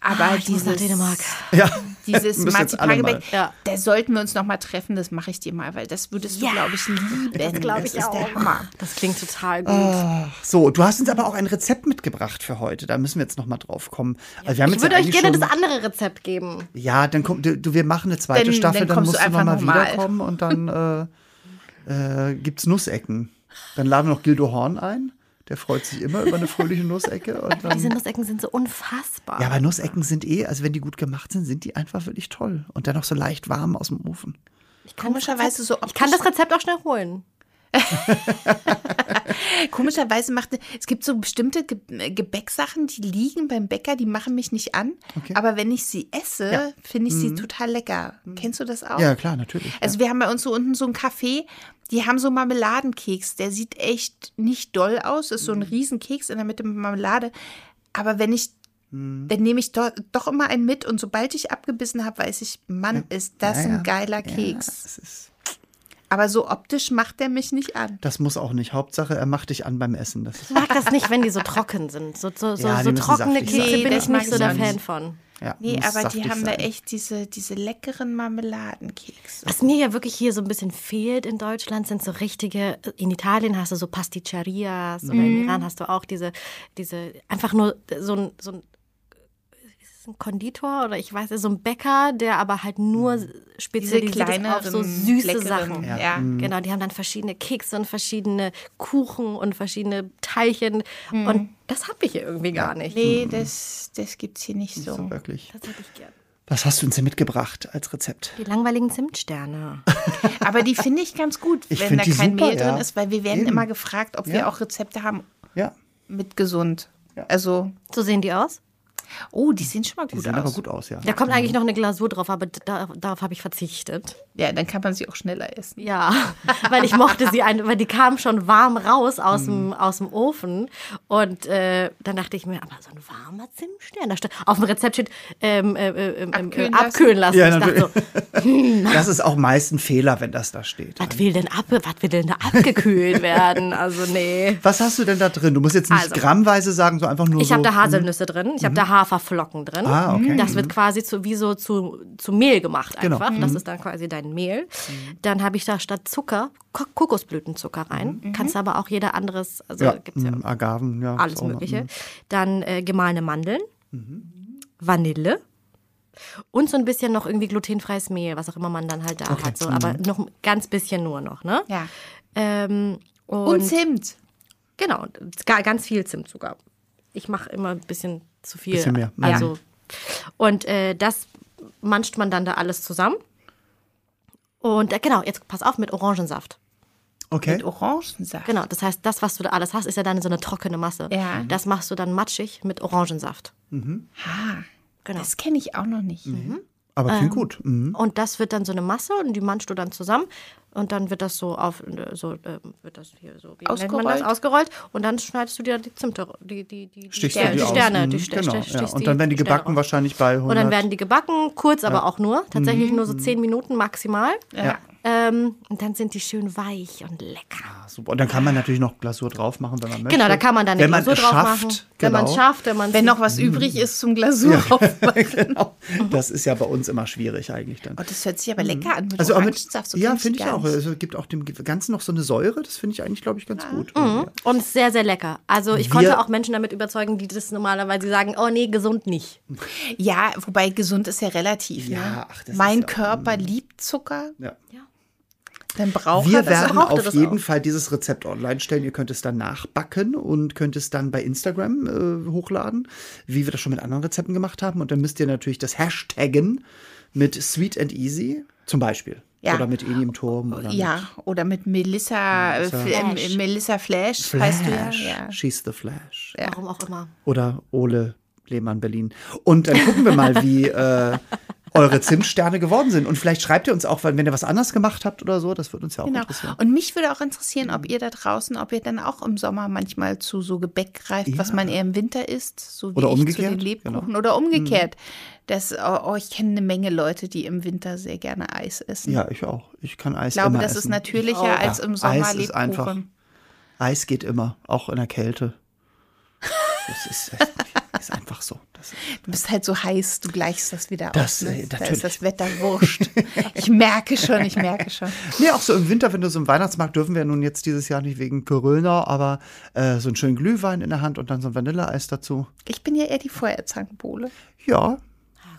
[SPEAKER 1] Aber
[SPEAKER 4] Ah, ich muss nach
[SPEAKER 1] dieses,
[SPEAKER 4] Dänemark.
[SPEAKER 3] Ja.
[SPEAKER 1] dieses
[SPEAKER 3] Müssen jetzt alle
[SPEAKER 1] Marzipangebäck,
[SPEAKER 3] mal.
[SPEAKER 4] Ja.
[SPEAKER 1] da sollten wir uns nochmal treffen, das mache ich dir mal, weil das würdest du,
[SPEAKER 4] Ja.
[SPEAKER 1] glaube ich, lieben. Das
[SPEAKER 4] glaub ich
[SPEAKER 1] ist
[SPEAKER 4] auch.
[SPEAKER 1] der Hammer.
[SPEAKER 4] Das klingt total gut.
[SPEAKER 3] Ah. So, du hast uns aber auch ein Rezept mitgebracht für heute. Da müssen wir jetzt nochmal drauf kommen. Also wir haben
[SPEAKER 4] ich
[SPEAKER 3] jetzt
[SPEAKER 4] würde
[SPEAKER 3] ja
[SPEAKER 4] euch
[SPEAKER 3] eigentlich
[SPEAKER 4] gerne
[SPEAKER 3] schon- Hm.
[SPEAKER 4] das andere Rezept geben.
[SPEAKER 3] Ja, dann kommt du, du, wir machen eine zweite
[SPEAKER 1] Dann-
[SPEAKER 3] Staffel,
[SPEAKER 1] dann
[SPEAKER 3] dann,
[SPEAKER 1] kommst
[SPEAKER 3] musst
[SPEAKER 1] du
[SPEAKER 3] du
[SPEAKER 1] einfach
[SPEAKER 3] nochmal
[SPEAKER 1] nochmal.
[SPEAKER 3] wiederkommen und dann äh, äh, gibt's Nussecken. Dann laden wir noch Gildo Horn ein. Der freut sich immer über eine fröhliche Nussecke. Und
[SPEAKER 4] Diese
[SPEAKER 3] dann,
[SPEAKER 4] Nussecken sind so unfassbar.
[SPEAKER 3] ja, aber Nussecken sind eh, also wenn die gut gemacht sind, sind die einfach wirklich toll. Und dann auch so leicht warm aus dem Ofen.
[SPEAKER 4] ich kann das
[SPEAKER 1] komischerweise
[SPEAKER 4] Rezept-
[SPEAKER 1] so
[SPEAKER 4] Ich kann das Rezept auch schnell holen.
[SPEAKER 1] Komischerweise macht es gibt so bestimmte Ge äh, Gebäcksachen, die liegen beim Bäcker, die machen mich nicht an.
[SPEAKER 3] Okay.
[SPEAKER 1] Aber wenn ich sie esse,
[SPEAKER 3] Ja.
[SPEAKER 1] finde ich sie total lecker. Kennst du das auch?
[SPEAKER 3] Ja, klar, natürlich.
[SPEAKER 1] Also wir haben bei uns so unten so einen Café, die haben so Marmeladenkeks. Der sieht echt nicht doll aus, ist so
[SPEAKER 3] Mhm.
[SPEAKER 1] ein Riesenkeks in der Mitte mit Marmelade. Aber wenn ich,
[SPEAKER 3] Mhm.
[SPEAKER 1] dann nehme ich doch, doch immer einen mit und sobald ich abgebissen habe, weiß ich, Mann, ist das
[SPEAKER 3] Ja, ja.
[SPEAKER 1] ein geiler
[SPEAKER 3] Ja,
[SPEAKER 1] Keks.
[SPEAKER 3] es ist,
[SPEAKER 1] Aber so optisch macht der mich nicht an.
[SPEAKER 3] das muss auch nicht. Hauptsache, er macht dich an beim Essen. Das ist,
[SPEAKER 4] Ich mag das nicht, wenn die so trocken sind. So, so, so,
[SPEAKER 3] Ja, die
[SPEAKER 4] so
[SPEAKER 3] müssen
[SPEAKER 4] trockene
[SPEAKER 3] saftig
[SPEAKER 4] Kekse
[SPEAKER 1] sein. Nee,
[SPEAKER 4] bin
[SPEAKER 1] das
[SPEAKER 4] ich
[SPEAKER 1] mag
[SPEAKER 4] nicht so
[SPEAKER 1] ich
[SPEAKER 4] der
[SPEAKER 1] auch
[SPEAKER 4] Fan
[SPEAKER 1] nicht.
[SPEAKER 4] von.
[SPEAKER 3] ja,
[SPEAKER 1] Nee,
[SPEAKER 3] muss
[SPEAKER 1] aber die
[SPEAKER 3] saftig
[SPEAKER 1] haben da
[SPEAKER 3] sein.
[SPEAKER 1] echt diese, diese leckeren Marmeladenkekse.
[SPEAKER 4] Was mir ja wirklich hier so ein bisschen fehlt in Deutschland, sind so richtige, in Italien hast du so Pasticerias oder im
[SPEAKER 1] Mhm.
[SPEAKER 4] Iran hast du auch diese, diese, einfach nur so ein, so ein, ist es ein Konditor oder ich weiß, nicht, so ein Bäcker, der aber halt nur spezialisiert ist auf so süße
[SPEAKER 1] Mhm. leckeren,
[SPEAKER 4] Sachen.
[SPEAKER 1] Ja.
[SPEAKER 3] Ja. Mhm.
[SPEAKER 4] Genau, die haben dann verschiedene Kekse und verschiedene Kuchen und verschiedene Teilchen. Und das habe ich hier irgendwie gar nicht.
[SPEAKER 1] Mhm. Nee, das, das gibt's hier nicht so.
[SPEAKER 3] So, wirklich.
[SPEAKER 4] Das hätte ich gern.
[SPEAKER 3] Was hast du uns denn mitgebracht als Rezept?
[SPEAKER 4] Die langweiligen Zimtsterne.
[SPEAKER 1] Aber die finde ich ganz gut,
[SPEAKER 3] Ich
[SPEAKER 1] wenn
[SPEAKER 3] find
[SPEAKER 1] da
[SPEAKER 3] die
[SPEAKER 1] kein
[SPEAKER 3] super,
[SPEAKER 1] Mehl
[SPEAKER 3] ja.
[SPEAKER 1] drin ist, weil wir werden
[SPEAKER 3] Eben.
[SPEAKER 1] immer gefragt, ob
[SPEAKER 3] Ja.
[SPEAKER 1] wir auch Rezepte haben
[SPEAKER 3] Ja,
[SPEAKER 1] mit gesund.
[SPEAKER 3] Ja.
[SPEAKER 1] Also,
[SPEAKER 4] So sehen die aus.
[SPEAKER 1] oh, die sehen schon mal
[SPEAKER 3] die
[SPEAKER 1] gut
[SPEAKER 3] sehen
[SPEAKER 1] aus.
[SPEAKER 3] aber gut aus, ja.
[SPEAKER 4] Da kommt eigentlich noch eine Glasur drauf, aber da, darauf habe ich verzichtet.
[SPEAKER 1] Ja, dann kann man sie auch schneller essen.
[SPEAKER 4] Ja, weil ich mochte sie, ein, weil die kam schon warm raus aus dem, aus dem Ofen. Und äh, dann dachte ich mir, aber so ein warmer Zimtstern. Da steht, auf dem Rezept steht, ähm, äh, äh, ähm,
[SPEAKER 1] Abkühlen
[SPEAKER 4] äh,
[SPEAKER 1] lassen.
[SPEAKER 4] abkühlen lassen.
[SPEAKER 3] Ja,
[SPEAKER 4] ich dachte so,
[SPEAKER 3] Das ist auch meist ein Fehler, wenn das da steht.
[SPEAKER 4] was will, denn ab, was will denn da abgekühlt werden? Also nee.
[SPEAKER 3] Was hast du denn da drin? Du musst jetzt nicht
[SPEAKER 4] Also.
[SPEAKER 3] grammweise sagen, so einfach nur
[SPEAKER 4] Ich
[SPEAKER 3] so.
[SPEAKER 4] habe da Haselnüsse drin, ich habe da Haferflocken drin.
[SPEAKER 3] Mhm.
[SPEAKER 4] Mhm.
[SPEAKER 3] Ah, okay.
[SPEAKER 4] Das wird quasi zu, wie so zu, zu Mehl gemacht
[SPEAKER 3] Genau. Mhm.
[SPEAKER 4] einfach. Das ist dann quasi dein Mehl. Dann habe ich da statt Zucker Ko Kokosblütenzucker rein. Kannst aber auch jeder anderes, also
[SPEAKER 3] Mhm. ja,
[SPEAKER 4] gibt's ja
[SPEAKER 3] mm, Agaven, ja.
[SPEAKER 4] alles
[SPEAKER 3] ist auch Mhm. mal-
[SPEAKER 4] Mögliche. Dann äh, gemahlene Mandeln,
[SPEAKER 3] Mhm.
[SPEAKER 4] Vanille und so ein bisschen noch irgendwie glutenfreies Mehl, was auch immer man dann halt da hat. So,
[SPEAKER 3] Mhm.
[SPEAKER 4] aber noch ein ganz bisschen nur noch, ne?
[SPEAKER 1] Ja.
[SPEAKER 4] Ähm, und,
[SPEAKER 1] Und, Zimt.
[SPEAKER 4] Genau, und ga- ganz viel Zimt sogar. Ich mache immer ein bisschen zu viel.
[SPEAKER 3] Bisschen mehr, mhm.
[SPEAKER 4] Also, Und äh, das manscht man dann da alles zusammen. Und äh, genau, jetzt pass auf mit Orangensaft.
[SPEAKER 3] Okay.
[SPEAKER 1] Mit Orangensaft.
[SPEAKER 4] Genau, das heißt, das, was du da alles hast, ist ja dann so eine trockene Masse.
[SPEAKER 1] Ja.
[SPEAKER 4] Das machst du dann matschig mit Orangensaft.
[SPEAKER 3] Ah,
[SPEAKER 1] Ha,
[SPEAKER 4] Genau.
[SPEAKER 1] das kenne ich auch noch
[SPEAKER 3] Mhm.
[SPEAKER 1] nicht.
[SPEAKER 3] Aber
[SPEAKER 4] ähm,
[SPEAKER 3] klingt gut. Mhm.
[SPEAKER 4] Und das wird dann so eine Masse und die manchst du dann zusammen und dann wird das so auf äh, so äh, wird das hier so wie nennt man das
[SPEAKER 1] Ausgerollt.
[SPEAKER 4] ausgerollt und dann schneidest du dir die Zimte die die die, die
[SPEAKER 3] Stichst
[SPEAKER 1] du
[SPEAKER 4] Sterne,
[SPEAKER 1] die
[SPEAKER 4] die
[SPEAKER 1] aus?
[SPEAKER 4] Sterne
[SPEAKER 3] Mhm,
[SPEAKER 4] die Ste-
[SPEAKER 3] genau,
[SPEAKER 4] Ste-
[SPEAKER 3] ja.
[SPEAKER 4] stichst
[SPEAKER 3] Und dann werden die
[SPEAKER 4] Sterne
[SPEAKER 3] gebacken
[SPEAKER 4] raus.
[SPEAKER 3] wahrscheinlich bei 100.
[SPEAKER 4] Und dann werden die gebacken, kurz, aber auch nur. Tatsächlich nur so
[SPEAKER 3] Mhm.
[SPEAKER 4] zehn Minuten maximal.
[SPEAKER 1] Ja.
[SPEAKER 4] Ähm, und dann sind die schön weich und lecker.
[SPEAKER 3] Ah, super. Und dann kann man natürlich noch Glasur drauf machen, wenn man möchte.
[SPEAKER 4] Genau, da kann man dann
[SPEAKER 3] wenn
[SPEAKER 4] eine Glasur
[SPEAKER 3] man es
[SPEAKER 4] drauf
[SPEAKER 3] schafft,
[SPEAKER 4] machen.
[SPEAKER 3] Genau.
[SPEAKER 4] Wenn man es schafft, wenn man
[SPEAKER 1] Wenn noch
[SPEAKER 3] Mhm.
[SPEAKER 1] was übrig ist zum Glasur aufmachen.
[SPEAKER 3] genau.
[SPEAKER 4] Mhm.
[SPEAKER 3] Das ist ja bei uns immer schwierig eigentlich dann.
[SPEAKER 1] Oh, das hört sich aber lecker an mit
[SPEAKER 3] Also auch mit,
[SPEAKER 1] Orangensaft. So
[SPEAKER 3] ja,
[SPEAKER 1] kenn
[SPEAKER 3] finde ich
[SPEAKER 1] gar
[SPEAKER 3] auch.
[SPEAKER 1] nicht.
[SPEAKER 3] Also gibt auch dem Ganzen noch so eine Säure. Das finde ich eigentlich, glaube ich, ganz gut.
[SPEAKER 4] Und es ist sehr, sehr lecker. Also ich
[SPEAKER 3] Wir-
[SPEAKER 4] konnte auch Menschen damit überzeugen, die das normalerweise sagen, oh nee, gesund nicht.
[SPEAKER 1] Ja, wobei gesund ist ja relativ. ne?
[SPEAKER 3] Ja, ach, das ist
[SPEAKER 1] mein
[SPEAKER 3] ja-
[SPEAKER 1] Körper liebt Zucker,
[SPEAKER 3] Ja.
[SPEAKER 1] dann braucht er
[SPEAKER 3] Wir
[SPEAKER 1] das.
[SPEAKER 3] werden
[SPEAKER 4] braucht er
[SPEAKER 3] auf
[SPEAKER 4] das
[SPEAKER 3] jeden
[SPEAKER 4] auch.
[SPEAKER 3] Fall dieses Rezept online stellen. Ihr könnt es dann nachbacken und könnt es dann bei Instagram äh, hochladen, wie wir das schon mit anderen Rezepten gemacht haben. Und dann müsst ihr natürlich das Hashtaggen mit Sweet and Easy zum Beispiel.
[SPEAKER 1] Ja.
[SPEAKER 3] Oder mit Eni im Turm. Oder
[SPEAKER 1] Ja, oder mit Melissa äh, Fl- äh,
[SPEAKER 4] Flash.
[SPEAKER 1] Melissa Flash,
[SPEAKER 3] mit
[SPEAKER 1] weißt du ja.
[SPEAKER 3] Flash.
[SPEAKER 1] ja.
[SPEAKER 3] She's the Flash.
[SPEAKER 1] Ja.
[SPEAKER 4] Warum auch immer.
[SPEAKER 3] Oder Ole Lehmann Berlin. Und dann gucken wir mal, wie äh, eure Zimtsterne geworden sind. Und vielleicht schreibt ihr uns auch, wenn wenn ihr was anders gemacht habt oder so. Das würde uns ja auch
[SPEAKER 1] Genau.
[SPEAKER 3] interessieren. Mhm.
[SPEAKER 1] Und mich würde auch interessieren, ob ihr da draußen, ob ihr dann auch im Sommer manchmal zu so Gebäck greift, was man eher im Winter isst, so wie
[SPEAKER 3] Oder
[SPEAKER 1] ich
[SPEAKER 3] umgekehrt, Genau. Mhm.
[SPEAKER 1] zu den Lebkuchen oder umgekehrt. Das, oh, oh, ich kenne eine Menge Leute, die im Winter sehr gerne Eis essen.
[SPEAKER 3] Ja, ich auch. Ich kann Eis
[SPEAKER 1] Ich glaube,
[SPEAKER 3] immer
[SPEAKER 1] das
[SPEAKER 3] essen.
[SPEAKER 1] ist natürlicher
[SPEAKER 4] Ja,
[SPEAKER 1] als im Sommer
[SPEAKER 3] Eis
[SPEAKER 1] Lebkuchen.
[SPEAKER 3] ist einfach. Eis geht immer, auch in der Kälte. Das ist, das ist einfach so. Das ist,
[SPEAKER 1] Du bist halt so heiß, du gleichst das wieder
[SPEAKER 3] Das,
[SPEAKER 1] aus. Ne?
[SPEAKER 3] äh,
[SPEAKER 1] da
[SPEAKER 3] natürlich.
[SPEAKER 1] ist das Wetter wurscht. Ich merke schon, ich merke schon.
[SPEAKER 3] nee, auch so im Winter, wenn du so im Weihnachtsmarkt dürfen wir nun jetzt dieses Jahr nicht wegen Corona, aber äh, so einen schönen Glühwein in der Hand und dann so ein Vanilleeis dazu.
[SPEAKER 1] Ich bin ja eher die Feuerzangenbowle.
[SPEAKER 3] Ja,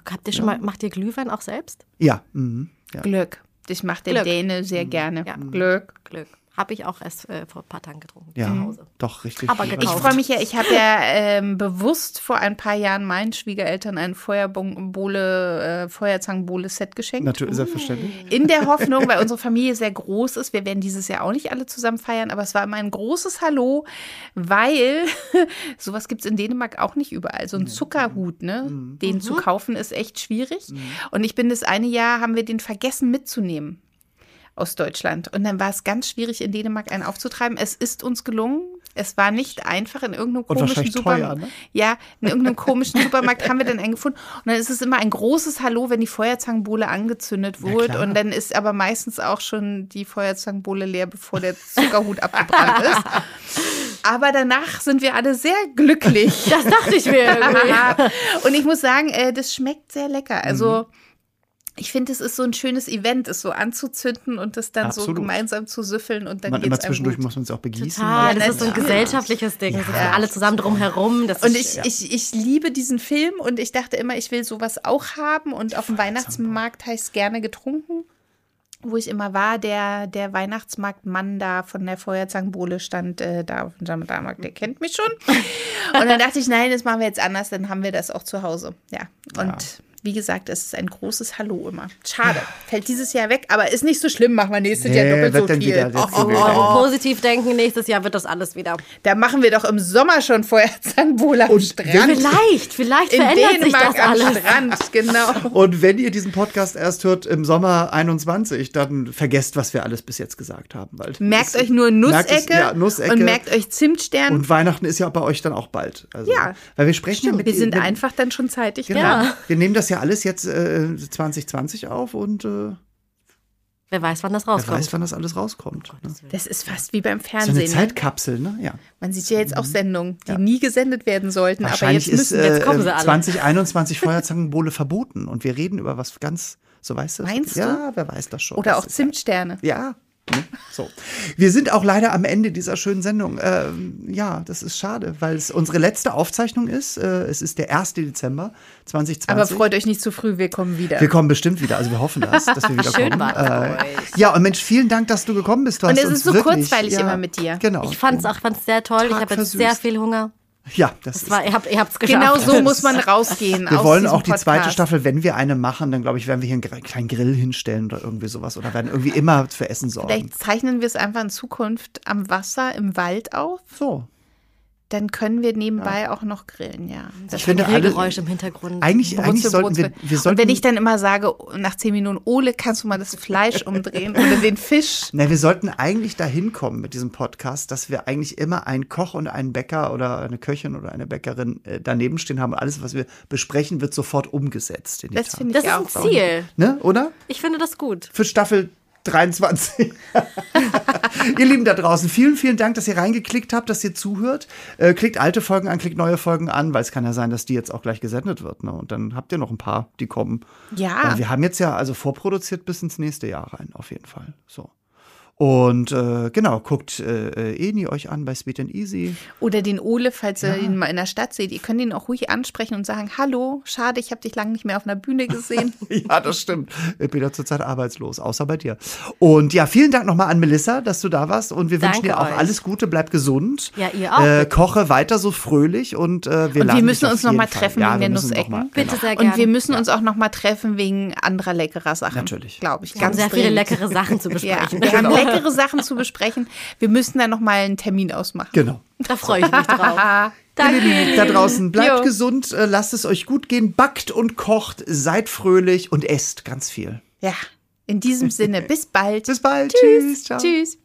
[SPEAKER 4] Habt ihr schon mal, macht ihr Glühwein auch selbst?
[SPEAKER 3] ja. Mhm. ja.
[SPEAKER 1] Glück. Ich mache der
[SPEAKER 4] Glück.
[SPEAKER 3] Mhm.
[SPEAKER 1] Däne sehr gerne.
[SPEAKER 4] Ja.
[SPEAKER 1] Glück.
[SPEAKER 4] Glück. Habe ich auch erst äh, vor ein paar Tagen getrunken.
[SPEAKER 3] Ja,
[SPEAKER 4] Zu Hause.
[SPEAKER 3] doch, richtig.
[SPEAKER 4] Aber
[SPEAKER 1] Ich
[SPEAKER 4] gekauft.
[SPEAKER 1] freue mich ja, ich habe ja ähm, bewusst vor ein paar Jahren meinen Schwiegereltern ein Feuerbohle, äh, Feuerzangenbowle-Set geschenkt.
[SPEAKER 3] Natürlich, selbstverständlich.
[SPEAKER 1] In der Hoffnung, weil unsere Familie sehr groß ist, wir werden dieses Jahr auch nicht alle zusammen feiern, aber es war immer ein großes Hallo, weil sowas gibt es in Dänemark auch nicht überall. So ein Zuckerhut, ne?
[SPEAKER 3] Mhm.
[SPEAKER 1] Den zu kaufen ist echt schwierig. Und ich bin das eine Jahr, haben wir den vergessen mitzunehmen aus Deutschland. Und dann war es ganz schwierig, in Dänemark einen aufzutreiben. Es ist uns gelungen. Es war nicht einfach in irgendeinem
[SPEAKER 3] Und
[SPEAKER 1] komischen
[SPEAKER 3] wahrscheinlich teuer,
[SPEAKER 1] Supermarkt.
[SPEAKER 3] ne?
[SPEAKER 1] Ja, in irgendeinem komischen Supermarkt haben wir dann einen gefunden. Und dann ist es immer ein großes Hallo, wenn die Feuerzangenbowle angezündet wurde.
[SPEAKER 3] klar.
[SPEAKER 1] Und dann ist aber meistens auch schon die Feuerzangenbowle leer, bevor der Zuckerhut abgebrannt ist. Aber danach sind wir alle sehr glücklich.
[SPEAKER 4] Das dachte ich mir irgendwie.
[SPEAKER 1] Und ich muss sagen, äh, das schmeckt sehr lecker. Also
[SPEAKER 3] Mhm.
[SPEAKER 1] ich finde, es ist so ein schönes Event, es so anzuzünden und das dann so
[SPEAKER 3] Absolut.
[SPEAKER 1] gemeinsam zu süffeln und dann
[SPEAKER 3] Man
[SPEAKER 1] geht's
[SPEAKER 3] immer
[SPEAKER 1] einem
[SPEAKER 3] zwischendurch
[SPEAKER 1] gut.
[SPEAKER 3] muss man es auch begießen.
[SPEAKER 4] Total,
[SPEAKER 3] weil-
[SPEAKER 4] Ah, das ist so ein
[SPEAKER 1] natürlich.
[SPEAKER 4] gesellschaftliches Ding. Wir sitzen alle zusammen drumherum. Das
[SPEAKER 1] Und
[SPEAKER 4] ist,
[SPEAKER 1] ich, ich, ich liebe diesen Film und ich dachte immer, ich will sowas auch haben. Und auf dem Weihnachtsmarkt heißt gerne getrunken, wo ich immer war, der, der Weihnachtsmarktmann da von der Feuerzangenbowle stand, äh, da auf dem Samstagmarkt, der kennt mich schon. Und dann dachte ich, nein, das machen wir jetzt anders, dann haben wir das auch zu Hause. Ja. Und wie gesagt, es ist ein großes Hallo immer. Schade. Fällt dieses Jahr weg, aber ist nicht so schlimm, machen wir nächstes
[SPEAKER 3] Nee,
[SPEAKER 1] Jahr
[SPEAKER 3] wird
[SPEAKER 1] doppelt so
[SPEAKER 3] dann
[SPEAKER 1] viel.
[SPEAKER 3] wieder
[SPEAKER 1] oh, oh,
[SPEAKER 3] dazu.
[SPEAKER 1] oh.
[SPEAKER 4] positiv denken, nächstes Jahr wird das alles wieder.
[SPEAKER 1] Da machen wir doch im Sommer schon Feuerzangenbowle am Strand.
[SPEAKER 4] Vielleicht, vielleicht
[SPEAKER 1] In
[SPEAKER 4] verändert sich
[SPEAKER 1] Dänemark
[SPEAKER 4] das alles.
[SPEAKER 1] am Strand, genau.
[SPEAKER 3] Und wenn ihr diesen Podcast erst hört im Sommer 21, dann vergesst, was wir alles bis jetzt gesagt haben. Weil
[SPEAKER 1] Merkt
[SPEAKER 3] es-
[SPEAKER 1] euch nur
[SPEAKER 3] merkt
[SPEAKER 1] Nussecke,
[SPEAKER 3] es- ja, Nussecke
[SPEAKER 1] und merkt euch Zimtstern.
[SPEAKER 3] Und Weihnachten ist ja bei euch dann auch bald. Also,
[SPEAKER 1] Ja.
[SPEAKER 3] Weil wir sprechen ja mit
[SPEAKER 1] wir sind
[SPEAKER 3] mit,
[SPEAKER 1] einfach dann schon zeitig
[SPEAKER 3] Genau.
[SPEAKER 1] da.
[SPEAKER 3] Wir nehmen das ja alles jetzt äh, 2020 auf und äh, wer
[SPEAKER 4] Wer weiß, wann das rauskommt.
[SPEAKER 3] weiß, wann das alles rauskommt. ne?
[SPEAKER 1] Das ist fast wie beim
[SPEAKER 3] So eine
[SPEAKER 1] Fernsehen.
[SPEAKER 3] Zeitkapsel, ne? Ja.
[SPEAKER 1] Man sieht ja jetzt auch Sendungen, die nie gesendet werden sollten, aber jetzt
[SPEAKER 3] Wahrscheinlich ist
[SPEAKER 1] müssen.
[SPEAKER 3] äh,
[SPEAKER 4] jetzt kommen sie alle.
[SPEAKER 3] 2021 Feuerzangenbowle verboten und wir reden über was ganz, so weißt du?
[SPEAKER 1] Meinst du?
[SPEAKER 3] Ja, wer weiß das schon.
[SPEAKER 1] Oder
[SPEAKER 3] Das
[SPEAKER 1] auch
[SPEAKER 3] ist
[SPEAKER 1] Zimtsterne.
[SPEAKER 3] Ja. ne? So. Wir sind auch leider am Ende dieser schönen Sendung. Ähm, ja, das ist schade, weil es unsere letzte Aufzeichnung ist. Äh, es ist der 1. Dezember 2020.
[SPEAKER 1] Aber freut euch nicht zu früh, wir kommen wieder.
[SPEAKER 3] wir kommen bestimmt wieder. Also wir hoffen das, dass wir wieder
[SPEAKER 4] Schön
[SPEAKER 3] kommen.
[SPEAKER 4] war das
[SPEAKER 3] Äh, ja, und Mensch, vielen Dank, dass du gekommen bist. Du
[SPEAKER 1] Und
[SPEAKER 3] hast
[SPEAKER 1] es
[SPEAKER 3] uns
[SPEAKER 1] ist so
[SPEAKER 3] wirklich,
[SPEAKER 1] kurzweilig
[SPEAKER 3] ja,
[SPEAKER 1] immer mit dir.
[SPEAKER 3] Genau.
[SPEAKER 4] Ich fand's auch fand's sehr toll. ich
[SPEAKER 3] Tag
[SPEAKER 4] habe jetzt
[SPEAKER 3] versüßt.
[SPEAKER 4] sehr viel Hunger.
[SPEAKER 3] ja, das,
[SPEAKER 4] Es
[SPEAKER 3] ist.
[SPEAKER 4] war, ihr habt es geschafft.
[SPEAKER 1] Genau so muss man rausgehen.
[SPEAKER 3] Wir
[SPEAKER 1] aus
[SPEAKER 3] wollen
[SPEAKER 1] diesem
[SPEAKER 3] auch die zweite
[SPEAKER 1] Podcast.
[SPEAKER 3] Staffel, wenn wir eine machen, dann glaube ich, werden wir hier einen gr- kleinen Grill hinstellen oder irgendwie sowas oder werden irgendwie immer für Essen sorgen.
[SPEAKER 1] Vielleicht zeichnen wir es einfach in Zukunft am Wasser, im Wald auf.
[SPEAKER 3] So.
[SPEAKER 1] Dann können wir nebenbei auch noch grillen, ja.
[SPEAKER 3] Ich finde alle.
[SPEAKER 4] Grillgeräusch im Hintergrund.
[SPEAKER 3] Eigentlich, eigentlich
[SPEAKER 1] Brutzel,
[SPEAKER 3] sollten wir,
[SPEAKER 1] Brutzel.
[SPEAKER 3] wir sollten
[SPEAKER 1] und wenn ich dann immer sage, nach zehn Minuten, Ole, kannst du mal das Fleisch umdrehen oder den Fisch?
[SPEAKER 3] Na, wir sollten eigentlich dahin kommen mit diesem Podcast, dass wir eigentlich immer einen Koch und einen Bäcker oder eine Köchin oder eine Bäckerin äh, daneben stehen haben. Und alles, was wir besprechen, wird sofort umgesetzt. In die
[SPEAKER 1] Das
[SPEAKER 3] Tat.
[SPEAKER 1] finde ich
[SPEAKER 4] das ist
[SPEAKER 1] auch.
[SPEAKER 4] ein Ziel.
[SPEAKER 3] Ne, oder?
[SPEAKER 4] Ich finde das gut.
[SPEAKER 3] Für Staffel 23. ihr Lieben da draußen, vielen, vielen Dank, dass ihr reingeklickt habt, dass ihr zuhört. Äh, klickt alte Folgen an, klickt neue Folgen an, weil es kann ja sein, dass die jetzt auch gleich gesendet wird. Ne? Und dann habt ihr noch ein paar, die kommen.
[SPEAKER 1] Ja.
[SPEAKER 3] Weil wir haben jetzt ja also vorproduziert bis ins nächste Jahr rein, auf jeden Fall. So. Und äh, genau, guckt äh, äh, Eni euch an bei Sweet and Easy.
[SPEAKER 1] Oder den Ole, falls ihr ihn mal in der Stadt seht. Ihr könnt ihn auch ruhig ansprechen und sagen, hallo, schade, ich habe dich lange nicht mehr auf einer Bühne gesehen.
[SPEAKER 3] Ja, das stimmt. Ich bin ja zurzeit arbeitslos, außer bei dir. Und ja, vielen Dank nochmal an Melissa, dass du da warst. Und wir
[SPEAKER 4] Danke
[SPEAKER 3] wünschen dir auch
[SPEAKER 4] euch.
[SPEAKER 3] alles Gute, bleib gesund.
[SPEAKER 4] Ja, ihr auch.
[SPEAKER 3] Äh, koche weiter so fröhlich und äh, wir
[SPEAKER 1] Und wir
[SPEAKER 3] laden
[SPEAKER 1] müssen
[SPEAKER 3] dich auf
[SPEAKER 1] uns nochmal
[SPEAKER 3] jeden Fall.
[SPEAKER 1] treffen
[SPEAKER 3] ja,
[SPEAKER 1] wegen
[SPEAKER 3] wir
[SPEAKER 1] der
[SPEAKER 3] müssen noch
[SPEAKER 1] Nussecken.
[SPEAKER 3] mal-
[SPEAKER 4] Bitte
[SPEAKER 3] genau.
[SPEAKER 4] sehr gerne.
[SPEAKER 1] und wir müssen uns auch noch mal treffen wegen anderer leckerer Sachen.
[SPEAKER 3] Natürlich.
[SPEAKER 1] Glaube ich.
[SPEAKER 4] wir haben
[SPEAKER 1] Ganz
[SPEAKER 4] sehr viele
[SPEAKER 1] dringend.
[SPEAKER 4] leckere Sachen zu
[SPEAKER 1] Ja, genau.
[SPEAKER 4] besprechen.
[SPEAKER 1] wir
[SPEAKER 3] Genau.
[SPEAKER 1] haben leckere Sachen zu besprechen. Wir müssen da noch mal einen Termin ausmachen.
[SPEAKER 3] Genau.
[SPEAKER 4] Da freue ich mich drauf.
[SPEAKER 1] Ah,
[SPEAKER 4] Danke. ihr
[SPEAKER 3] Da
[SPEAKER 4] Lieben.
[SPEAKER 3] draußen, bleibt
[SPEAKER 1] Jo.
[SPEAKER 3] gesund, äh, lasst es euch gut gehen, backt und kocht, seid fröhlich und esst ganz viel.
[SPEAKER 1] ja, in diesem Sinne, bis bald.
[SPEAKER 3] Bis bald. Tschüss. ciao.
[SPEAKER 1] Tschüss.